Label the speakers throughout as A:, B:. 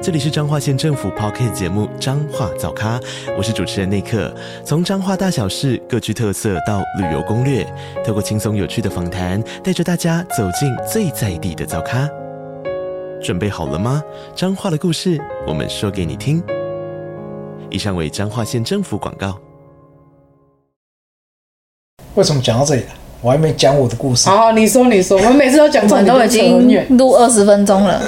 A: 这里是彰化县政府 p o c k t 节目《彰化早咖》，我是主持人内克。从彰化大小事各具特色到旅游攻略，透过轻松有趣的访谈，带着大家走进最在地的早咖。准备好了吗？彰化的故事，我们说给你听。以上为彰化县政府广告。
B: 为什么讲到这里了？我还没讲我的故事。
C: 好好，你说你说，我们每次都讲
D: 我
C: 完
D: 们都已
C: 很远。
D: 经录二十分钟了，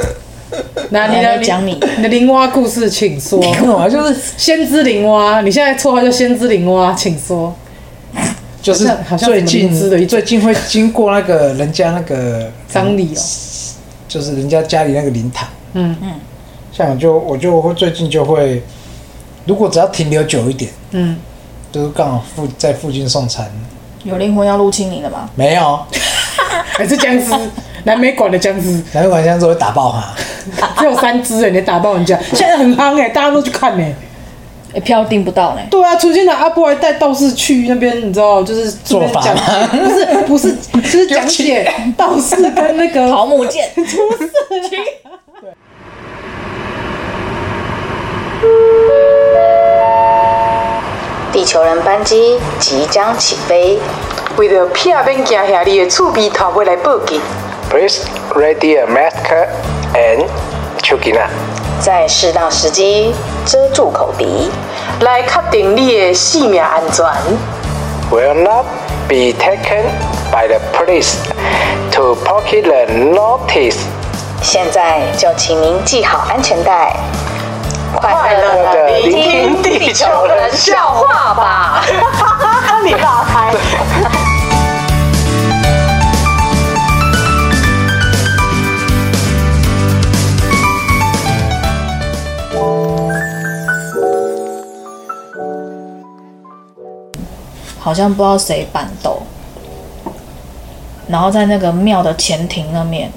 C: 那你
D: 还
C: 的
D: 没讲 你
C: 你的林蛙故事，请说。
B: 我就是
C: 先知林蛙，你现在绰号叫先知林蛙，请说。
B: 就是
C: 好像好像
B: 最
C: 什么灵芝的一
B: 近
C: 种
B: 最近会经过那 个人家那个，嗯
C: 张力哦，
B: 就是人家家里那个灵堂。
C: 嗯
B: 嗯，像我就我就会最近就会，如果只要停留久一点，
C: 嗯，
B: 就是刚好附在附近送餐，
D: 有灵魂要入侵你了吗？
B: 没有，
C: 还是僵 尸，南美馆的僵尸，
B: 南管现在都会打爆他。
C: 只有三只哎，你打爆人家，现在很夯哎，大家都去看哎。
D: 诶欸票订不到呢、
C: 对啊，纯新党阿波还带道士去那边，你知道，就是这边
B: 做法
C: 讲
B: 吗
C: 解，不是不是， 就是讲解道士跟那个
D: 桃木剑，
E: 地球人班机即将起飞，
F: 为着避免惊吓你的厝边头尾来报警。
G: Please ready a mask and chukina.
E: 在适当时机遮住口鼻。
F: 来确定你的性命安全。
G: Will not be taken by the police to pocket the notice
E: 现在就请您系好安全带，快
F: 乐
E: 地
G: 地
F: 聆听地球人笑
E: 话 吧。
F: 你打开。
D: 好像不知道谁板豆，然后在那个庙的前庭那面，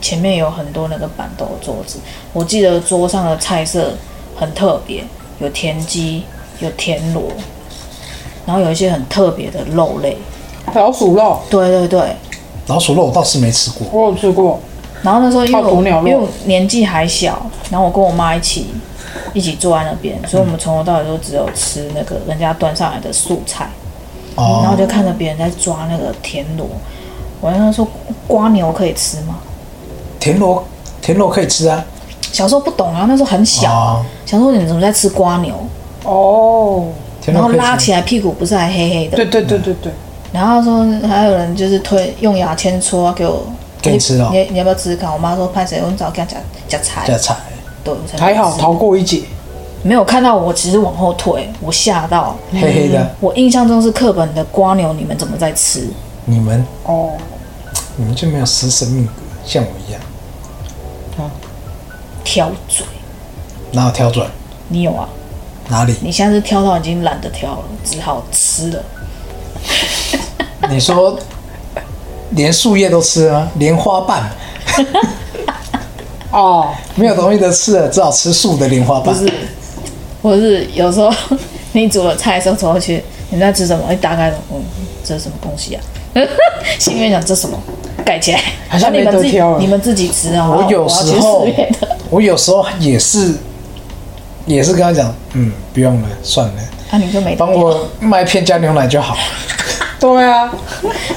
D: 前面有很多那个板豆的桌子，我记得桌上的菜色很特别，有田鸡，有田螺，然后有一些很特别的肉类，
C: 老鼠肉，
D: 对对对，
B: 老鼠肉我倒是没吃过，
C: 我有吃过，
D: 然后那时候因为
C: 泡
D: 我
C: 鸵鸟肉
D: 因为我年纪还小，然后我跟我妈一起一起坐在那边，
B: 嗯
D: 所以我们从头到尾都只有吃那个人家端上来的素菜，然后
B: 哦，
D: 就看着别人在抓那个田螺。我跟他说瓜牛可以吃吗？
B: 田螺田螺可以吃啊，
D: 小时候不懂啊，那时候很小啊
B: 哦，
D: 想说你怎么在吃瓜牛？
C: 哦，
B: 田
D: 然
B: 螺
D: 后
B: 可以
D: 拉
B: 吃。
D: 起来屁股不是还黑黑
C: 对
D: 的？
C: 对对对对，
D: 然后说还有人就是推用牙签戳啊给我，
B: 给你吃哦
D: 你你要不要吃吃看？我妈说拍谁？我早给他夹夹菜，
B: 加菜，
D: 对，我才
C: 还好逃过一劫。
D: 没有看到我，其实往后退，我吓到。 嗯
B: 黑黑的，
D: 我印象中是课本的瓜牛，你们怎么在吃？
B: 你们
C: 哦，
B: 你们就没有食神命格，像我一样，
D: 挑嘴，
B: 哪有挑准
D: 你有啊？
B: 哪里？
D: 你现在是挑到已经懒得挑了，只好吃了。
B: 你说连树叶都吃吗？连花瓣
C: 哦，
B: 没有东西得吃了，只好吃树的莲花瓣。
D: 或者是有时候 你煮了菜的时候走过去，你在吃什么？一打开，嗯，这是什么东西啊？ 心里面想这什么？盖起来，
C: 好像
D: 那你
C: 没
D: 们
C: 得
D: 自己
C: 挑了
D: 你们自己吃啊。
B: 我
D: 要
B: 有
D: 要
B: 时
D: 去
B: 候
D: 吃别的，
B: 我有时候也是，也是跟他讲，嗯，不用了，算了，
D: 那啊你就没
B: 帮我卖片加牛奶就好。
C: 对啊，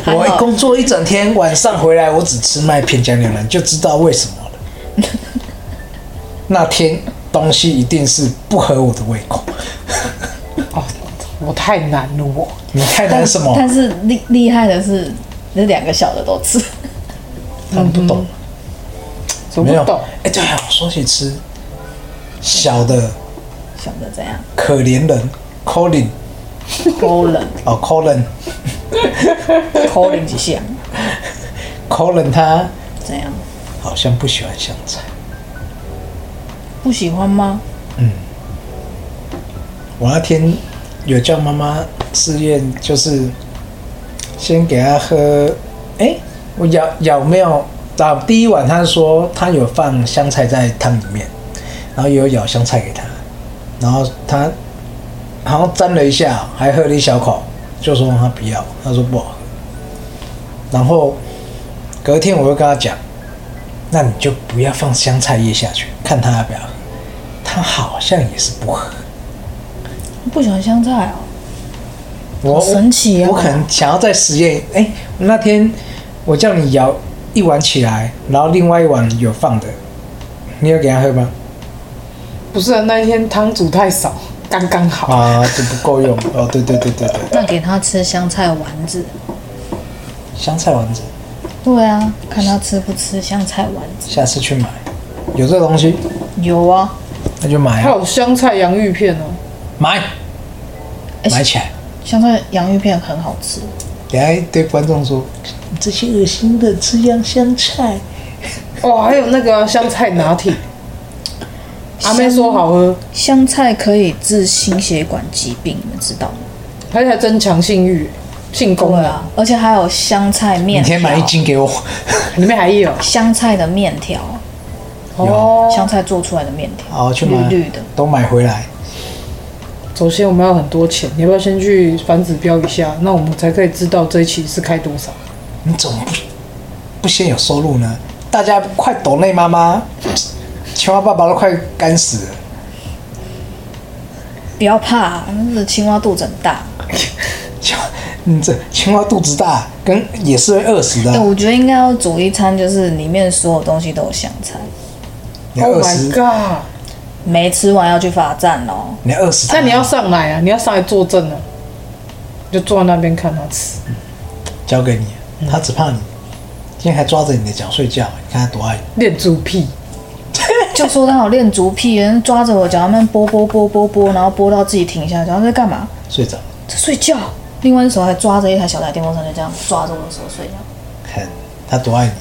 D: 还好
B: 我工作一整天，晚上回来我只吃麦片加牛奶，就知道为什么了。 那天东西一定是不合我的胃口。
C: 哦，我太难了我。
B: 你太难什么？
D: 但是厉厉害的是，那两个小的都吃。
B: 他们不懂，
C: 怎
B: 没
C: 么
B: 有。
C: 不懂？
B: 哎、对啊，说起吃，小的
D: 想着怎样
B: 可怜人 Colin
D: 抠冷
B: 哦 Colin
D: 抠冷几下，
B: Colin 他
D: 怎样？
B: 好像不喜欢香菜，
D: 不喜欢吗？
B: 我那天有叫妈妈试验，就是先给他喝，哎、我有有没有啊？第一碗他说他有放香菜在汤里面，然后也有舀香菜给他，然后他好像沾了一下，还喝了一小口，就说他不要，他说不好喝。然后隔天我又跟他讲，那你就不要放香菜叶下去，看他要不要喝。他好像也是不喝。
D: 我不喜欢香菜哦。
B: 我
D: 好神奇哦
B: 我可能想要再实验。哎、那天我叫你舀一碗起来，然后另外一碗有放的，你有给他喝吗？
C: 不是啊，那一天汤煮太少，刚刚好。
B: 啊，这不够用。 哦，对对对对对，
D: 那给他吃香菜丸子。
B: 香菜丸子，
D: 对啊，看他吃不吃香菜丸子。
B: 下次去买，有这东西
D: 有啊，
B: 那就买
C: 还
B: 啊，
C: 有香菜洋芋片哦，
B: 买
D: 而且
B: 买起来。
D: 香菜洋芋片很好吃。
B: 等一下对观众说，这些恶心的吃香香菜，
C: 哦，还有那个啊香菜拿铁，阿妹说好喝，
D: 香菜可以治心血管疾病，你们知道吗？
C: 而且还增强性欲、性功
D: 对
C: 能，
D: 啊，而且还有香菜
B: 你
D: 面条。
B: 先买一斤给我。
C: 里面还有
D: 香菜的面条，
C: 哦。
D: 香菜做出来的面 条，
B: 好，去
D: 绿
B: 买，
D: 绿的。
B: 都买回来。
C: 首先我们要很多钱，你要不要先去反指标一下？那我们才可以知道这一期是开多少。
B: 你怎么不不先有收入呢？大家快抖内妈妈， 青蛙爸爸都快干死了。
D: 不要怕，那个青蛙肚子很大。
B: 啊青蛙，你嗯这青蛙肚子大，跟也是会饿死的
D: 哎、
B: 啊。
D: 我觉得应该要煮一餐，就是里面所有东西都有香菜，
B: 你要
C: Oh
B: 饿
C: my
B: 死，
C: god！
D: 没吃完要去罚站哦。
B: 你要饿死它。
C: 那你要上来啊，你要上来作证啊，你就坐在那边看他吃。
B: 交给你，他只怕你。今天还抓着你的脚睡觉，你看他多爱你。
C: 练猪屁，
D: 就说他有恋足癖，人抓着我脚，他们拨拨拨拨拨，然后拨到自己停下来，然后在干嘛？
B: 睡着，
D: 在睡觉。另外一手还抓着一台小台电风扇，就这样抓着我的手睡觉。
B: 看他多爱你。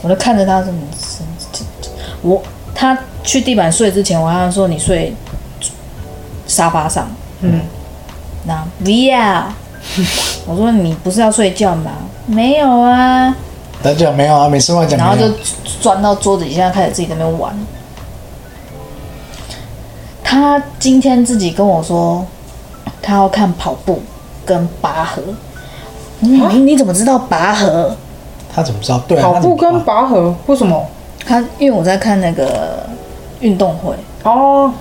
D: 我就看着他这么神经，我他去地板睡之前，我还想说你睡沙发上，嗯，那不要， 我说你不是要睡觉吗？没有啊，
B: 他讲没有啊，每次乱讲
D: 然后
B: 没有
D: 就钻到桌子底下开始自己在那边玩。他今天自己跟我说，他要看跑步跟拔河。你
B: 啊
D: 你你怎么知道拔河？
B: 他怎么知道？对啊，
C: 跑
B: 他怎么
C: 步
B: 知道
C: 跟拔河，为什么？
D: 他因为我在看那个运动会，
C: 哦，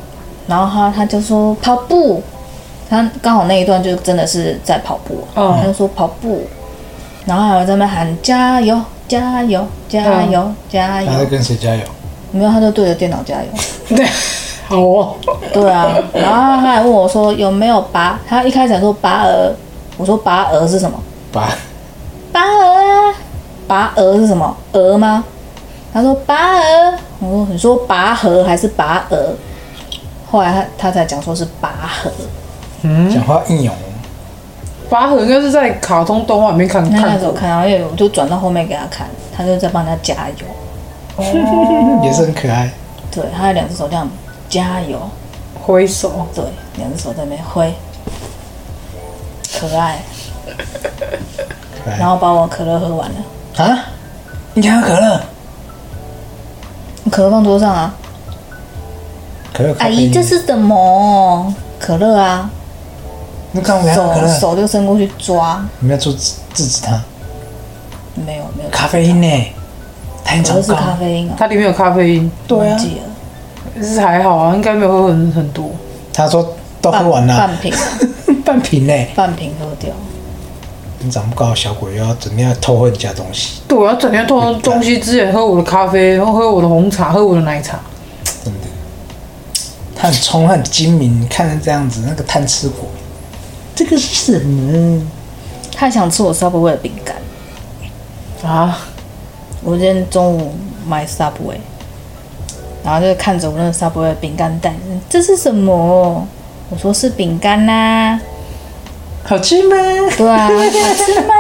D: 然后他他就说跑步，他刚好那一段就真的是在跑步，
B: 哦
C: 嗯
D: 他就说跑步，然后还有在那边喊加油加油
B: 啊
D: 加油、加
B: 他在
D: 油，
B: 跟谁加油？
D: 没有他就对着电脑加油，
C: 对， 好哦，
D: 对啊，然后他还问我说有没有拔，他一开始还说拔鹅，我说拔鹅是什么？
B: 拔
D: 拔鹅啊，拔鹅是什么？鹅吗？他说拔鹅，我说你说拔河还是拔鹅？后来他他才讲说是拔河。嗯
B: 讲话硬勇，
C: 拔河应该是在卡通动画里面看
D: 那那
C: 看
D: 时候
C: 过。
D: 看到，因为我就转到后面给他看，他就在帮他加油，嗯
B: 也是很可爱。
D: 对，他的两只手这样加油，
C: 挥手，
D: 对，两只手在那边挥，可爱，
B: 可爱
D: 然后把我可乐喝完了，
B: 啊，你想喝可乐？
D: 可乐放桌上啊，
B: 可乐咖啡
D: 阿
B: 因
D: 姨这是什么？可乐啊，
B: 你干嘛给他啊喝可
D: 手
B: 乐？
D: 手就伸过去抓，
B: 你们要制止制止他。
D: 没有没有，
B: 咖啡因呢？太
D: 可
B: 糟
D: 乐是咖
B: 糕。
D: 啡因啊，
C: 它里面有咖啡因，
D: 对啊，忘记了，
C: 是还好啊，应该没有喝很很多。
B: 他说都喝
D: 半
B: 完了
D: 半，瓶
B: 半瓶呢。
D: 半瓶喝掉，
B: 你长不高的小鬼又要整天要偷喝人家东西，
C: 对，我要整天偷东西之前喝我的咖啡，然后喝我的红茶，喝我的奶茶。
B: 真的。他很聪，他很精明，你看成这样子，那个贪吃鬼，这个是什么？
D: 他还想吃我 Subway 的饼干，
C: 啊，
D: 我今天中午买 Subway，然后就看着我那个 Subway 的饼干袋，这是什么？我说是饼干啦、
B: 好吃吗？
D: 对啊，好吃吗？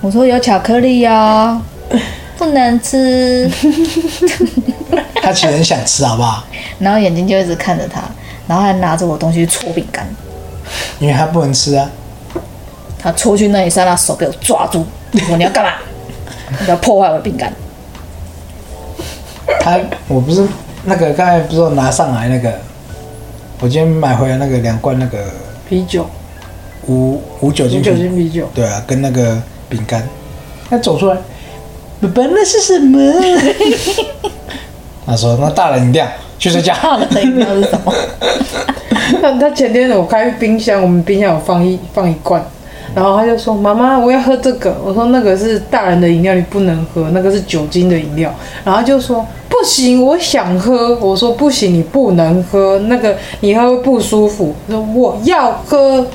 D: 我说有巧克力哦，不能吃。
B: 他其实很想吃，好不好？
D: 然后眼睛就一直看着他，然后还拿着我东西去戳饼干，
B: 因为他不能吃啊。
D: 他出去那一刹那，手给我抓住，我说你要干嘛？你要破坏我的饼干？
B: 他我不是那个刚才不是有拿上来那个，我今天买回来那个两罐那个
C: 啤酒，
B: 无无酒精
C: 无酒精啤酒
B: 对啊，跟那个饼干，他走出来，爸爸那是什么？ 他说那大人饮料去睡觉。
D: 大人的饮料是什么？
C: 那他前天我开冰箱，我们冰箱有放一放一罐，然后他就说：“妈妈，我要喝这个。”我说：“那个是大人的饮料，你不能喝，那个是酒精的饮料。”然后他就说：“不行，我想喝。”我说：“不行，你不能喝，那个你喝不舒服。”他说：“我要喝，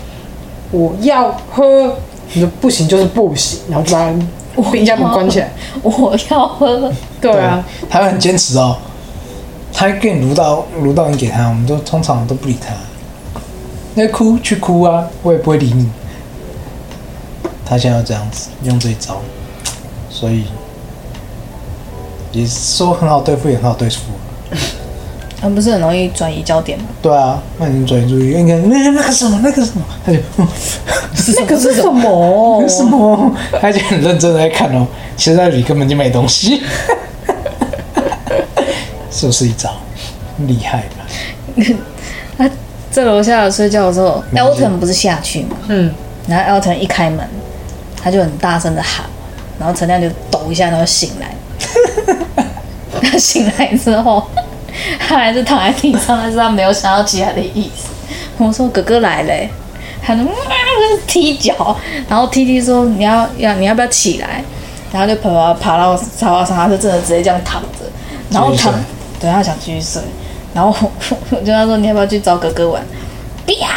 C: 我要喝。”你说：“不行，就是不行。”然后把冰箱门关起来。
D: 我要喝。
C: 对啊，
B: 他们很坚持哦，他给你撸到撸到你给他，我们都通常都不理他。那哭去哭啊，我也不会理你。他现在要这样子用这一招，所以也说很好对付，也很好对付。
D: 他不是很容易转移焦点吗？
B: 对啊，那你转移注意力，你看那个那个什么那个什么，他就嗯
C: 那个是什么？
B: 什
C: 哦
B: 么，他就很认真的在看哦。其实那里根本就没东西， 是不是一招厉害吧？
D: 他在楼下睡觉的时候，Elton 不是下去吗？
C: 嗯，
D: 然后 Elton 一开门，他就很大声的喊，然后陈亮就抖一下，然后醒来。他醒来之后，他还是躺在地上，但是他没有想到起来的意思。我说：“哥哥来嘞、他说：“嗯啊，踢脚。”然后 T T 说：“你要要你要不要起来？”然后就爬爬爬到沙发上，他就真的直接这样躺着，然后
B: 继续
D: 躺
B: 睡，
D: 对他想继续睡，然后我 我就跟他说：“你要不要去找哥哥玩？”不要，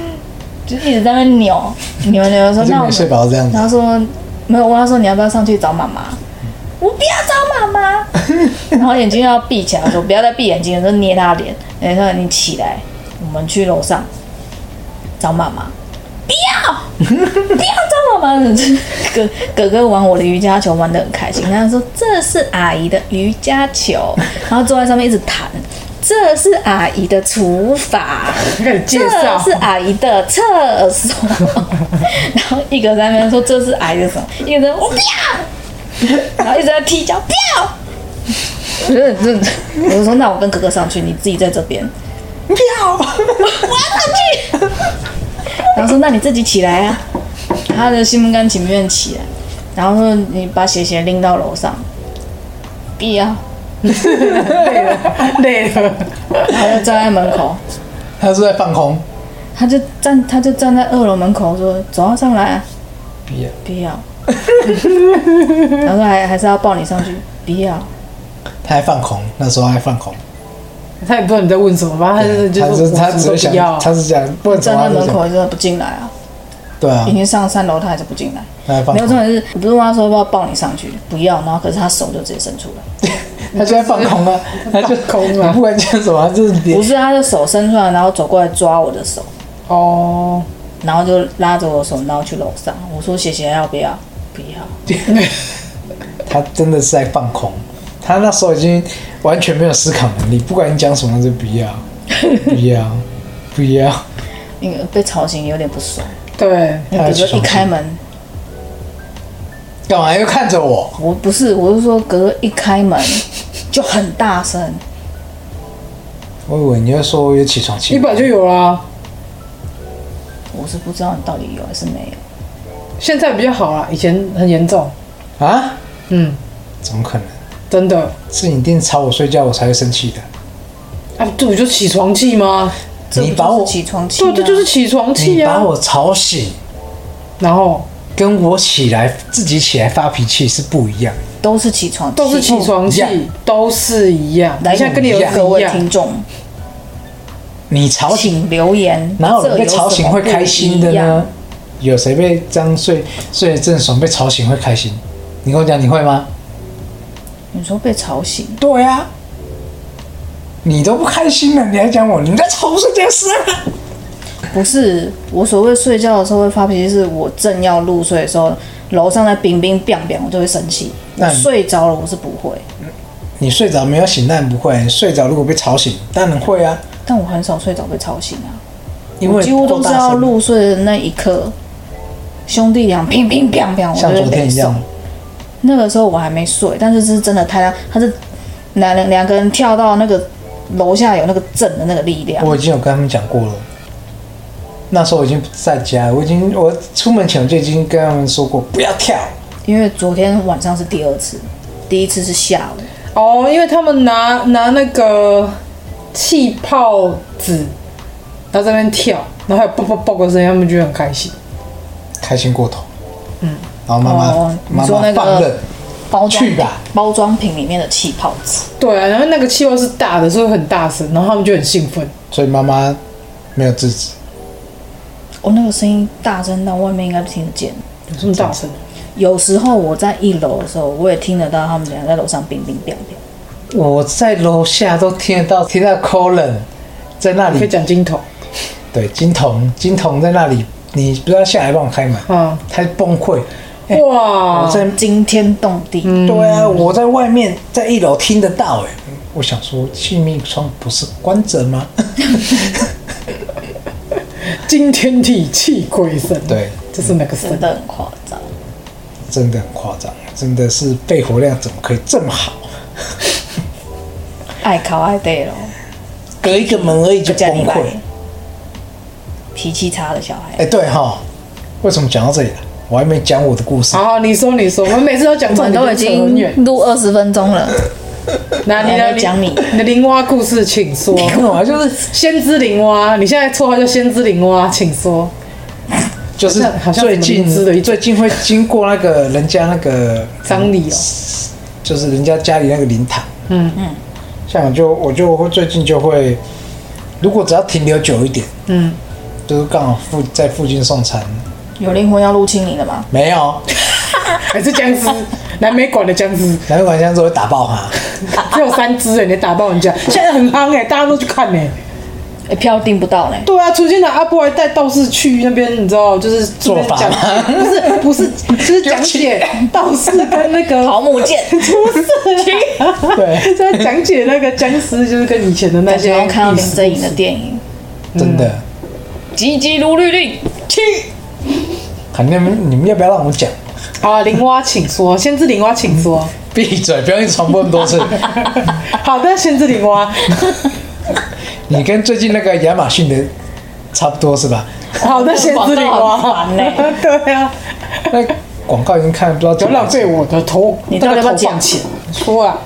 D: 就一直在那边扭扭扭，说
B: 他：“就
D: 哦那我
B: 没
D: 们
B: 睡饱这样子
D: 然，后说没有，我问他说你要不要上去找妈妈？
B: 嗯
D: 我不要找妈妈， 然后眼睛要闭起来，我说不要再闭眼睛，我就捏他脸，然后你起来，我们去楼上找妈妈。不 要，不要找妈妈！ 哥哥哥玩我的瑜伽球玩得很开心，他说这是阿姨的瑜伽球，然后坐在上面一直弹，这是阿姨的厨房。
C: 开始介绍
D: 这 是啊阿姨的厕所，然后一个在那边说这是阿姨的什么，一个在那边我不要，然后一直在踢脚不要。我就很认真，我就说那我跟哥哥上去，你自己在这边。不要，我要上去。然后说那你自己起来啊，他的心不甘情不愿起来，然后说你把鞋鞋拎到楼上，不要，
C: 累了，
D: 然后就站在门口。
B: 他是在放空。
D: 他就站，他就站在二楼门口说：“走啊，上来、啊。”
B: 不要，
D: 不要。然后还还是要抱你上去，不要。
B: 他还放空，那时候还放空。
C: 他也不知道你在问什么，反正
B: 他
C: 他呃就是是
B: 他只是
C: 是
B: 想，他是想不能
D: 站
B: 从他
D: 在
B: 是
D: 门
B: 想
D: 口就不进来啊，
B: 对啊
D: 已，经上三楼，他还是不进来。
B: 他还放
D: 没有重
B: 空，
D: 点是，我不是问他说要不要抱你上去，不要，然后可是他手就直接伸出来，
B: 他就在放空啊，他就
C: 放空啊
B: 你不管讲什么，他就是
D: 不
B: 连
D: 是他的手伸出来，然后走过来抓我的手，
C: 哦，
D: 然后就拉着我的手，然后去楼上。我说：“姐姐要不要？”不要，
B: 他真的是在放空，他那时候已经完全没有思考能力，不管你讲什么，他就不要，不要， 不要，
D: 因为被吵醒有点不爽。
C: 对，
D: 比如说一开门，
B: 干嘛又看着我？
D: 我不是，我是说隔一开门就很大声，
B: 我以为你要说我有起床气，
C: 一本就有啦。
D: 我是不知道你到底有还是没有。
C: 现在比较好啦，以前很严重，
B: 啊？
C: 嗯，
B: 怎么可能？
C: 真的。
B: 是你一定吵我睡觉，我才会生气的。
C: 啊，这不就起床气吗？
D: 这
B: 你
D: 不
B: 把
D: 就是
B: 我
D: 起床气、啊，
C: 对，这就是起床气
B: 你把
C: 啊。
B: 我吵醒，
C: 然后
B: 跟我起来自己起来发脾气是不一样的。
D: 都是起床气，啊
C: 都是起床
B: 一
C: 气
B: 样，
C: 都是一样。
D: 来，
C: 你现在跟你儿子
D: 各
C: 一
D: 位
C: 样
D: 听，众，
B: 你吵醒，
D: 请留言，
B: 哪有人被吵醒会开心的呢
D: 这有什么不一样？？
B: 有谁被这样睡睡得正爽被吵醒会开心？你跟我讲，你会吗？
D: 你说被吵醒，
B: 对呀、你都不开心了，你还讲我，你在吵我睡觉时啊？
D: 不是我所谓睡觉的时候会发脾气，是我正要入睡的时候，楼上在冰冰冰冰，我就会生气。
B: 那
D: 我
B: 你
D: 睡着了，我是不会，
B: 你睡着没有醒，当然不会。你睡着如果被吵醒，当然会啊，
D: 但我很少睡着被吵醒啊，
B: 因为
D: 几乎都
B: 够
D: 是
B: 大声
D: 要入睡的那一刻，兄弟俩乒乒乓乓，我
B: 像
D: 就
B: 昨
D: 是
B: 天
D: 北
B: 一样
D: 宋。。那个时候我还没睡，但是是真的太大，他是两两两个人跳到那个楼下有那个震的那个力量，
B: 我已经有跟他们讲过了，那时候我已经不在家，我已经我出门前我就已经跟他们说过不要跳，
D: 因为昨天晚上是第二次，第一次是下午，
C: 哦，因为他们拿拿那个气泡纸，然后在那边跳，然后还有爆爆爆的声音，他们觉得很开心。
B: 开心过头。嗯，然后妈
D: 哦
B: 妈
D: 你
B: 妈
D: 说
B: 妈
D: 那个
B: 放任，
D: 包装
B: 去吧
D: 包装瓶里面的气泡纸，
C: 对啊，然后那个气泡是大的，所以很大声，然后他们就很兴奋。
B: 所以妈妈没有制止。
D: 哦，那个声音大声到外面应该听得见。
C: 有这么大声？
B: 嗯
D: 有时候我在一楼的时候，我也听得到他们俩在楼上乒乒乓乓。
B: 我在楼下都听得到，听到 Colin 在那
C: 可以
B: 里，
C: 讲金头
B: 嗯对，金童金童在那里，你不要下来帮我开门，
C: 啊！
B: 他崩溃。哎
C: 哇
B: 我，在
D: 惊天动地，
B: 对啊，我在外面在一楼听得到哎、我想说气密窗不是关着吗？
C: 惊天地泣鬼神。
B: 对，嗯
C: 这是哪个神
D: 真？的很夸张。
B: 真的很夸张，真的是肺活量怎么可以这么好？
D: 爱考爱对咯，
B: 隔一个门而已就
D: 叫
B: 崩
D: 你
B: 溃
D: 来。。脾气差的小孩，
B: 哎、对哈，为什么讲到这里了？我还没讲我的故事。
C: 好，你说你说，我们每次都讲
D: 我
C: 哎重点
D: 们都
C: 就
D: 已
C: 扯很远。
B: 嗯
D: 经录二十分钟了，
C: 那你
D: 还
C: 来
D: 没讲你
C: 你的林蛙故事，请说。
B: 我啊，就是
C: 先知林蛙，你现在绰号叫先知林蛙，请说。
B: 就是
C: 好像好像
B: 最
C: 什么灵芝的一
B: 近
C: 种
B: 最近会经过那个人家那个
C: 张力
B: 嗯
C: 哦，
B: 就是人家家里那个灵堂。嗯嗯，像我就我就会最近就会，如果只要停留久一点，
C: 嗯，
B: 就是刚好附在附近送餐，
D: 有灵魂要入侵你了吗？
B: 没有，
C: 还是僵 尸，南美馆的僵尸，
B: 南管箱子会打爆他。
C: 只有三只哎，你打爆人家，现在很夯哎，大家都去看哎。
D: 哎，票订不到呢。
C: 对啊，纯金的阿波还带道士去那边，你知道，就是这边
B: 做法
C: 讲
B: 吗
C: 不是不是，就是 讲解道士跟那个
D: 桃木剑，
C: 不是啦，
B: 对
C: 在讲解那个僵尸，就是跟以前的那
D: 感
C: 些
D: 觉要看到
C: 历
D: 林
C: 史
D: 正英的电影
C: 嗯
B: 真的，
D: 《急急如律令》。
B: 啊你们你们要不要让我讲？
C: 好啊，林蛙请说，先知林蛙请说。
B: 闭嘴，不要一直重复那么 多次。
C: 好的，先知林 蛙。
B: 你跟最近那个亚马逊的差不多是吧？
C: 好的，先知林
D: 广告
C: 蛙
D: 很烦。欸
C: 对啊，
B: 那广告已经看不知道
C: 不
B: 怎
C: 要
B: 么
C: 浪费我的头，
D: 你
C: 那
D: 到
C: 个
D: 底要不要
C: 头
D: 讲
C: 放钱。说啊，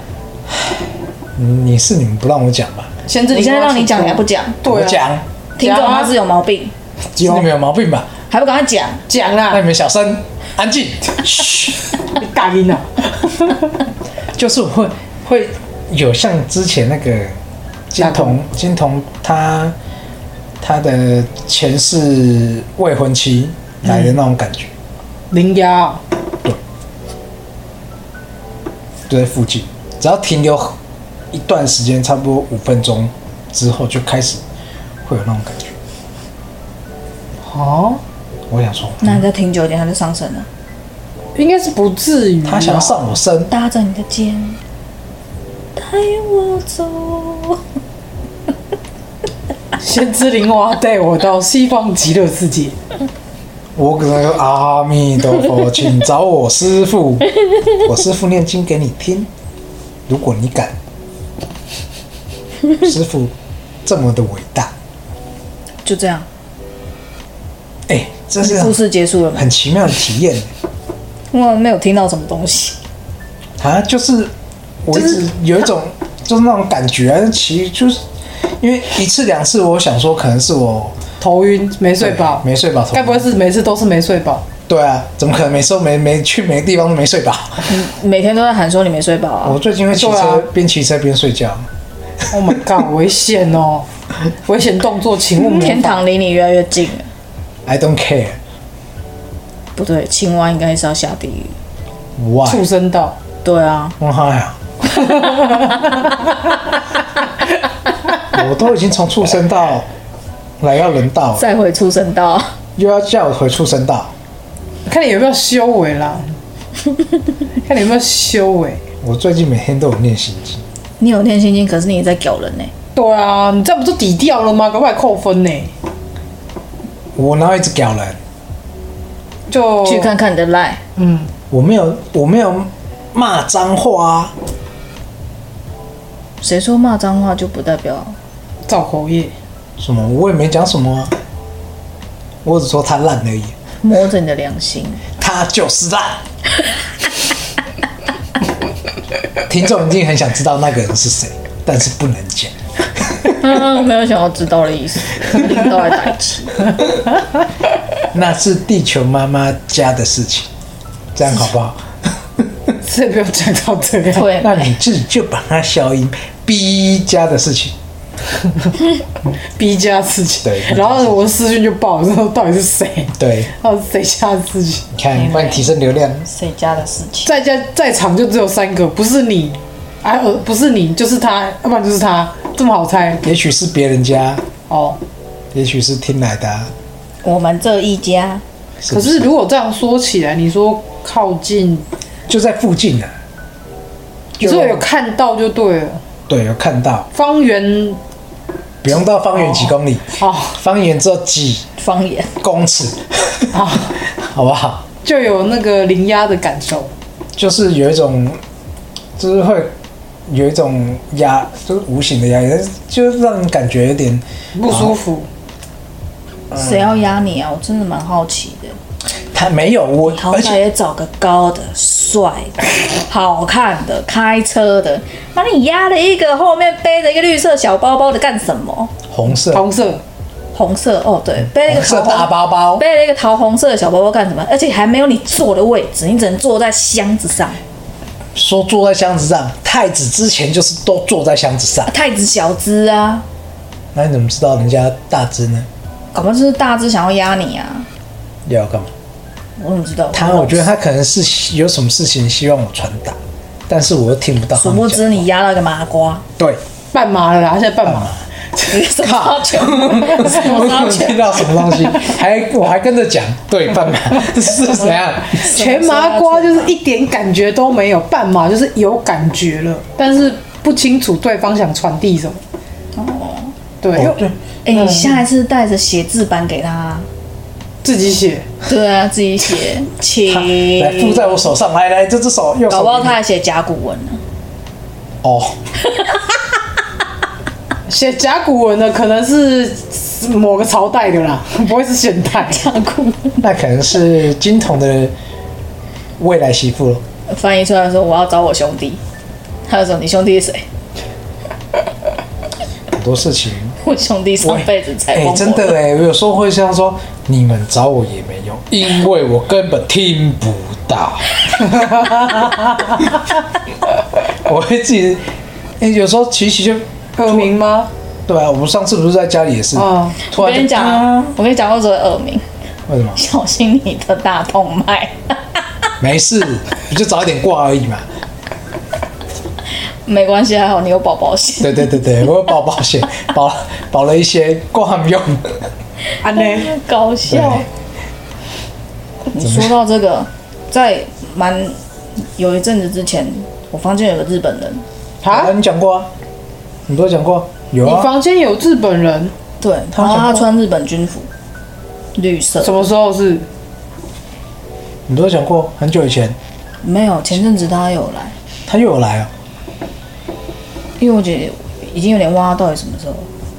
B: 嗯你是你们不让我讲吧？
C: 先知
D: 我
C: 林蛙请说，
D: 现在让你讲，你还不讲？
C: 对
B: 我
C: 啊
B: 讲，
D: 听众他是有毛病，
B: 是你们有毛病吧？
C: 啊
D: 还不赶快讲？
C: 讲
B: 那
C: 啦
B: 你，们小声，安 静。
C: 你打赢了。
B: 就是会会有像之前那个金童，金童他他的前世未婚妻来的那种感觉，
C: 零幺，嗯
B: 就在附近，只要停留一段时间，差不多五分钟之后，就开始会有那种感觉。
C: 哦，
B: 我想说，
C: 嗯
D: 那你再听久一点，他就上身了。
C: 应该是不至于。啊
B: 他想要，上我身，
D: 搭着你的肩，带我走。
C: 先知林蛙带我到西方极乐世界。
B: 我可能说阿弥陀佛，请找我师 傅，我师傅念经给你听，如果你敢，师傅这么的伟大，
D: 就这样，
B: 哎、这是
D: 故事结束了吗？
B: 很奇妙的体验
D: 我没有听到什么东西。
B: 啊，就是我一直有一种就是那种感觉、啊，其实就是因为一次两次，我想说可能是我
C: 头晕，没睡饱，
B: 没睡饱头晕
C: 该不会是每次都是没睡饱？
B: 对啊，怎么可能没收没没去每个地方都没睡饱？
D: 每天都在喊说你没睡饱
B: 我
D: 啊，
B: 最近会骑
C: 对啊
B: 车边骑车边睡觉。
C: Oh my god，危险哦！危险动作，请勿模仿
D: 天堂离你越来越近了。
B: I don't care
D: 不对，青蛙应该是要下地狱。
C: 畜
B: why，
C: 生 道。
D: 对啊，
B: 我嗨啊！我都已经从畜生道来到人道了，
D: 再回畜生道，
B: 又要叫我回畜生道，
C: 看你有没有修为啦，看你有没有修为。
B: 我最近每天都有念心经，
D: 你有念心经，可是你也在搞人呢、
C: 对啊，你这样不就抵掉了吗？搞不好还扣分呢、
B: 我哪有一直屌人？
C: 就
D: 去看看你的 line，
C: 嗯，
B: 我没有我没有骂脏话啊，
D: 谁说骂脏话就不代表
C: 造口业，
B: 什么我也没讲什么啊，我只说他烂而已，
D: 摸着你的良 心。
B: 他就是烂。听众一定很想知道那个人是谁，但是不能讲。
D: 啊没有想要知道 的意思，领导来打气。
B: 那是地球妈妈家的事情，这样好不好？
C: 是不要讲到这样。
D: 对，
B: 那你自己就把它消音，B 家的事情。
C: 逼家事情，
B: 对逼家
C: 然后我私讯就爆，说到底是谁，
B: 对，
C: 到底是谁家的事情，
B: 你看，帮你提升流量，
D: 谁家的事情？
C: 在家在场就只有三个，不是你，哎、呃，不是你，就是他，要不然就是他，这么好猜
B: 也许是别人家，
C: 哦。
B: 也许是听来的啊、
D: 我们这一家
B: 是不
C: 可是如果这样说起来，你说靠近，
B: 就在附近啊。
C: 你说有看到就对了，
B: 对，有看到，
C: 方圆
B: 不用到方圆几公里，
C: 哦
B: 方圆只有几
D: 方言，
B: 公尺，
C: 啊，
B: 好不好？
C: 就有那个灵压的感受，
B: 就是有一种，就是会有一种压，就是无形的压力，就是让人感觉有点
C: 不舒服。
B: 嗯
D: 谁要压你啊？我真的蛮好奇的。
B: 他没有我，
D: 好
B: 而
D: 歹
B: 且
D: 也找个高的、帅 的、好看的、开车的，把你压了一个后面背着一个绿色小包包的干什么？
B: 红色
C: 红色，
D: 红色哦，对，背了一
B: 红
D: 个桃
B: 色啊 大
D: 红
B: 包包，
D: 背了一个桃红色的小包包干什么？而且还没有你坐的位置，你只能坐在箱子上。啊
B: 说坐在箱子上，太子之前就是都坐在箱子上，
D: 太子小资啊，
B: 那你怎么知道人家大只呢？
D: 搞不好就是大只想要压你啊，
B: 要干嘛？
D: 我怎么知道？
B: 他，我觉得他可能是有什么事情希望我传达，但是我又听不到他
D: 殊
B: 们
D: 不
B: 讲。
D: 知你压到一个麻 瓜，
B: 对，
C: 半麻了啦，他现在半
B: 啊
C: 麻，
D: 你什么要求？什
B: 我
D: 么要
B: 怎么
D: 求？
B: 听到什么东西？还我还跟着讲，对，半马 是怎样？
C: 全麻瓜就是一点感觉都没有，半麻就是有感觉了，但是不清楚对方想传递什么。哦，对，因
B: 哦，
C: 为
B: 对，
D: 哎、你下一次带着写字板给他啊。
C: 自己写，
D: 对啊，自己写，请
B: 来附在我手上，来来，这只手右手。
D: 搞不好他还写甲骨文呢。
B: 哦，
C: 写甲骨文的可能是某个朝代的啦， 不会是现代。
D: 甲骨文
B: 那可能是金童的未来媳妇了。
D: 翻译出来说我要找我兄弟，他就说你兄弟是谁？
B: 很多事情，
D: 我兄弟上辈子才
B: 哎、
D: 帮我
B: 真的哎、我有时候会这样说，你们找我也没用，因为我根本听不 到。我会自己，哎、有时候琪琪就
C: 耳鸣吗？
B: 对啊，我们上次不是在家里也是，
C: 哦
B: 突
D: 我
B: 然就
D: 跟你讲，
B: 啊
D: 我跟你讲过所有耳鸣，
B: 为什么？
D: 小心你的大动脉。
B: 没事，你就早一点挂而 已嘛。
D: 没关系，还好你有宝宝险。
B: 对对对对，我有保保险，保保了一些挂没用。
C: 安呢？
D: 搞笑。你说到这个，在蛮有一阵子之前，我房间有个日本人，
C: 啊
B: 啊，你讲过啊，你不是讲过？有
C: 你
B: 啊，
C: 房间有日本人？
D: 对，
B: 他
D: 然后他
B: 讲过
D: 穿日本军服，绿色
C: 什。么时候是？
B: 你不是讲过？很久以前
D: 没有，前阵子他有来，
B: 他又有来啊。
D: 因为我姐姐已经有点忘他到底什么时候，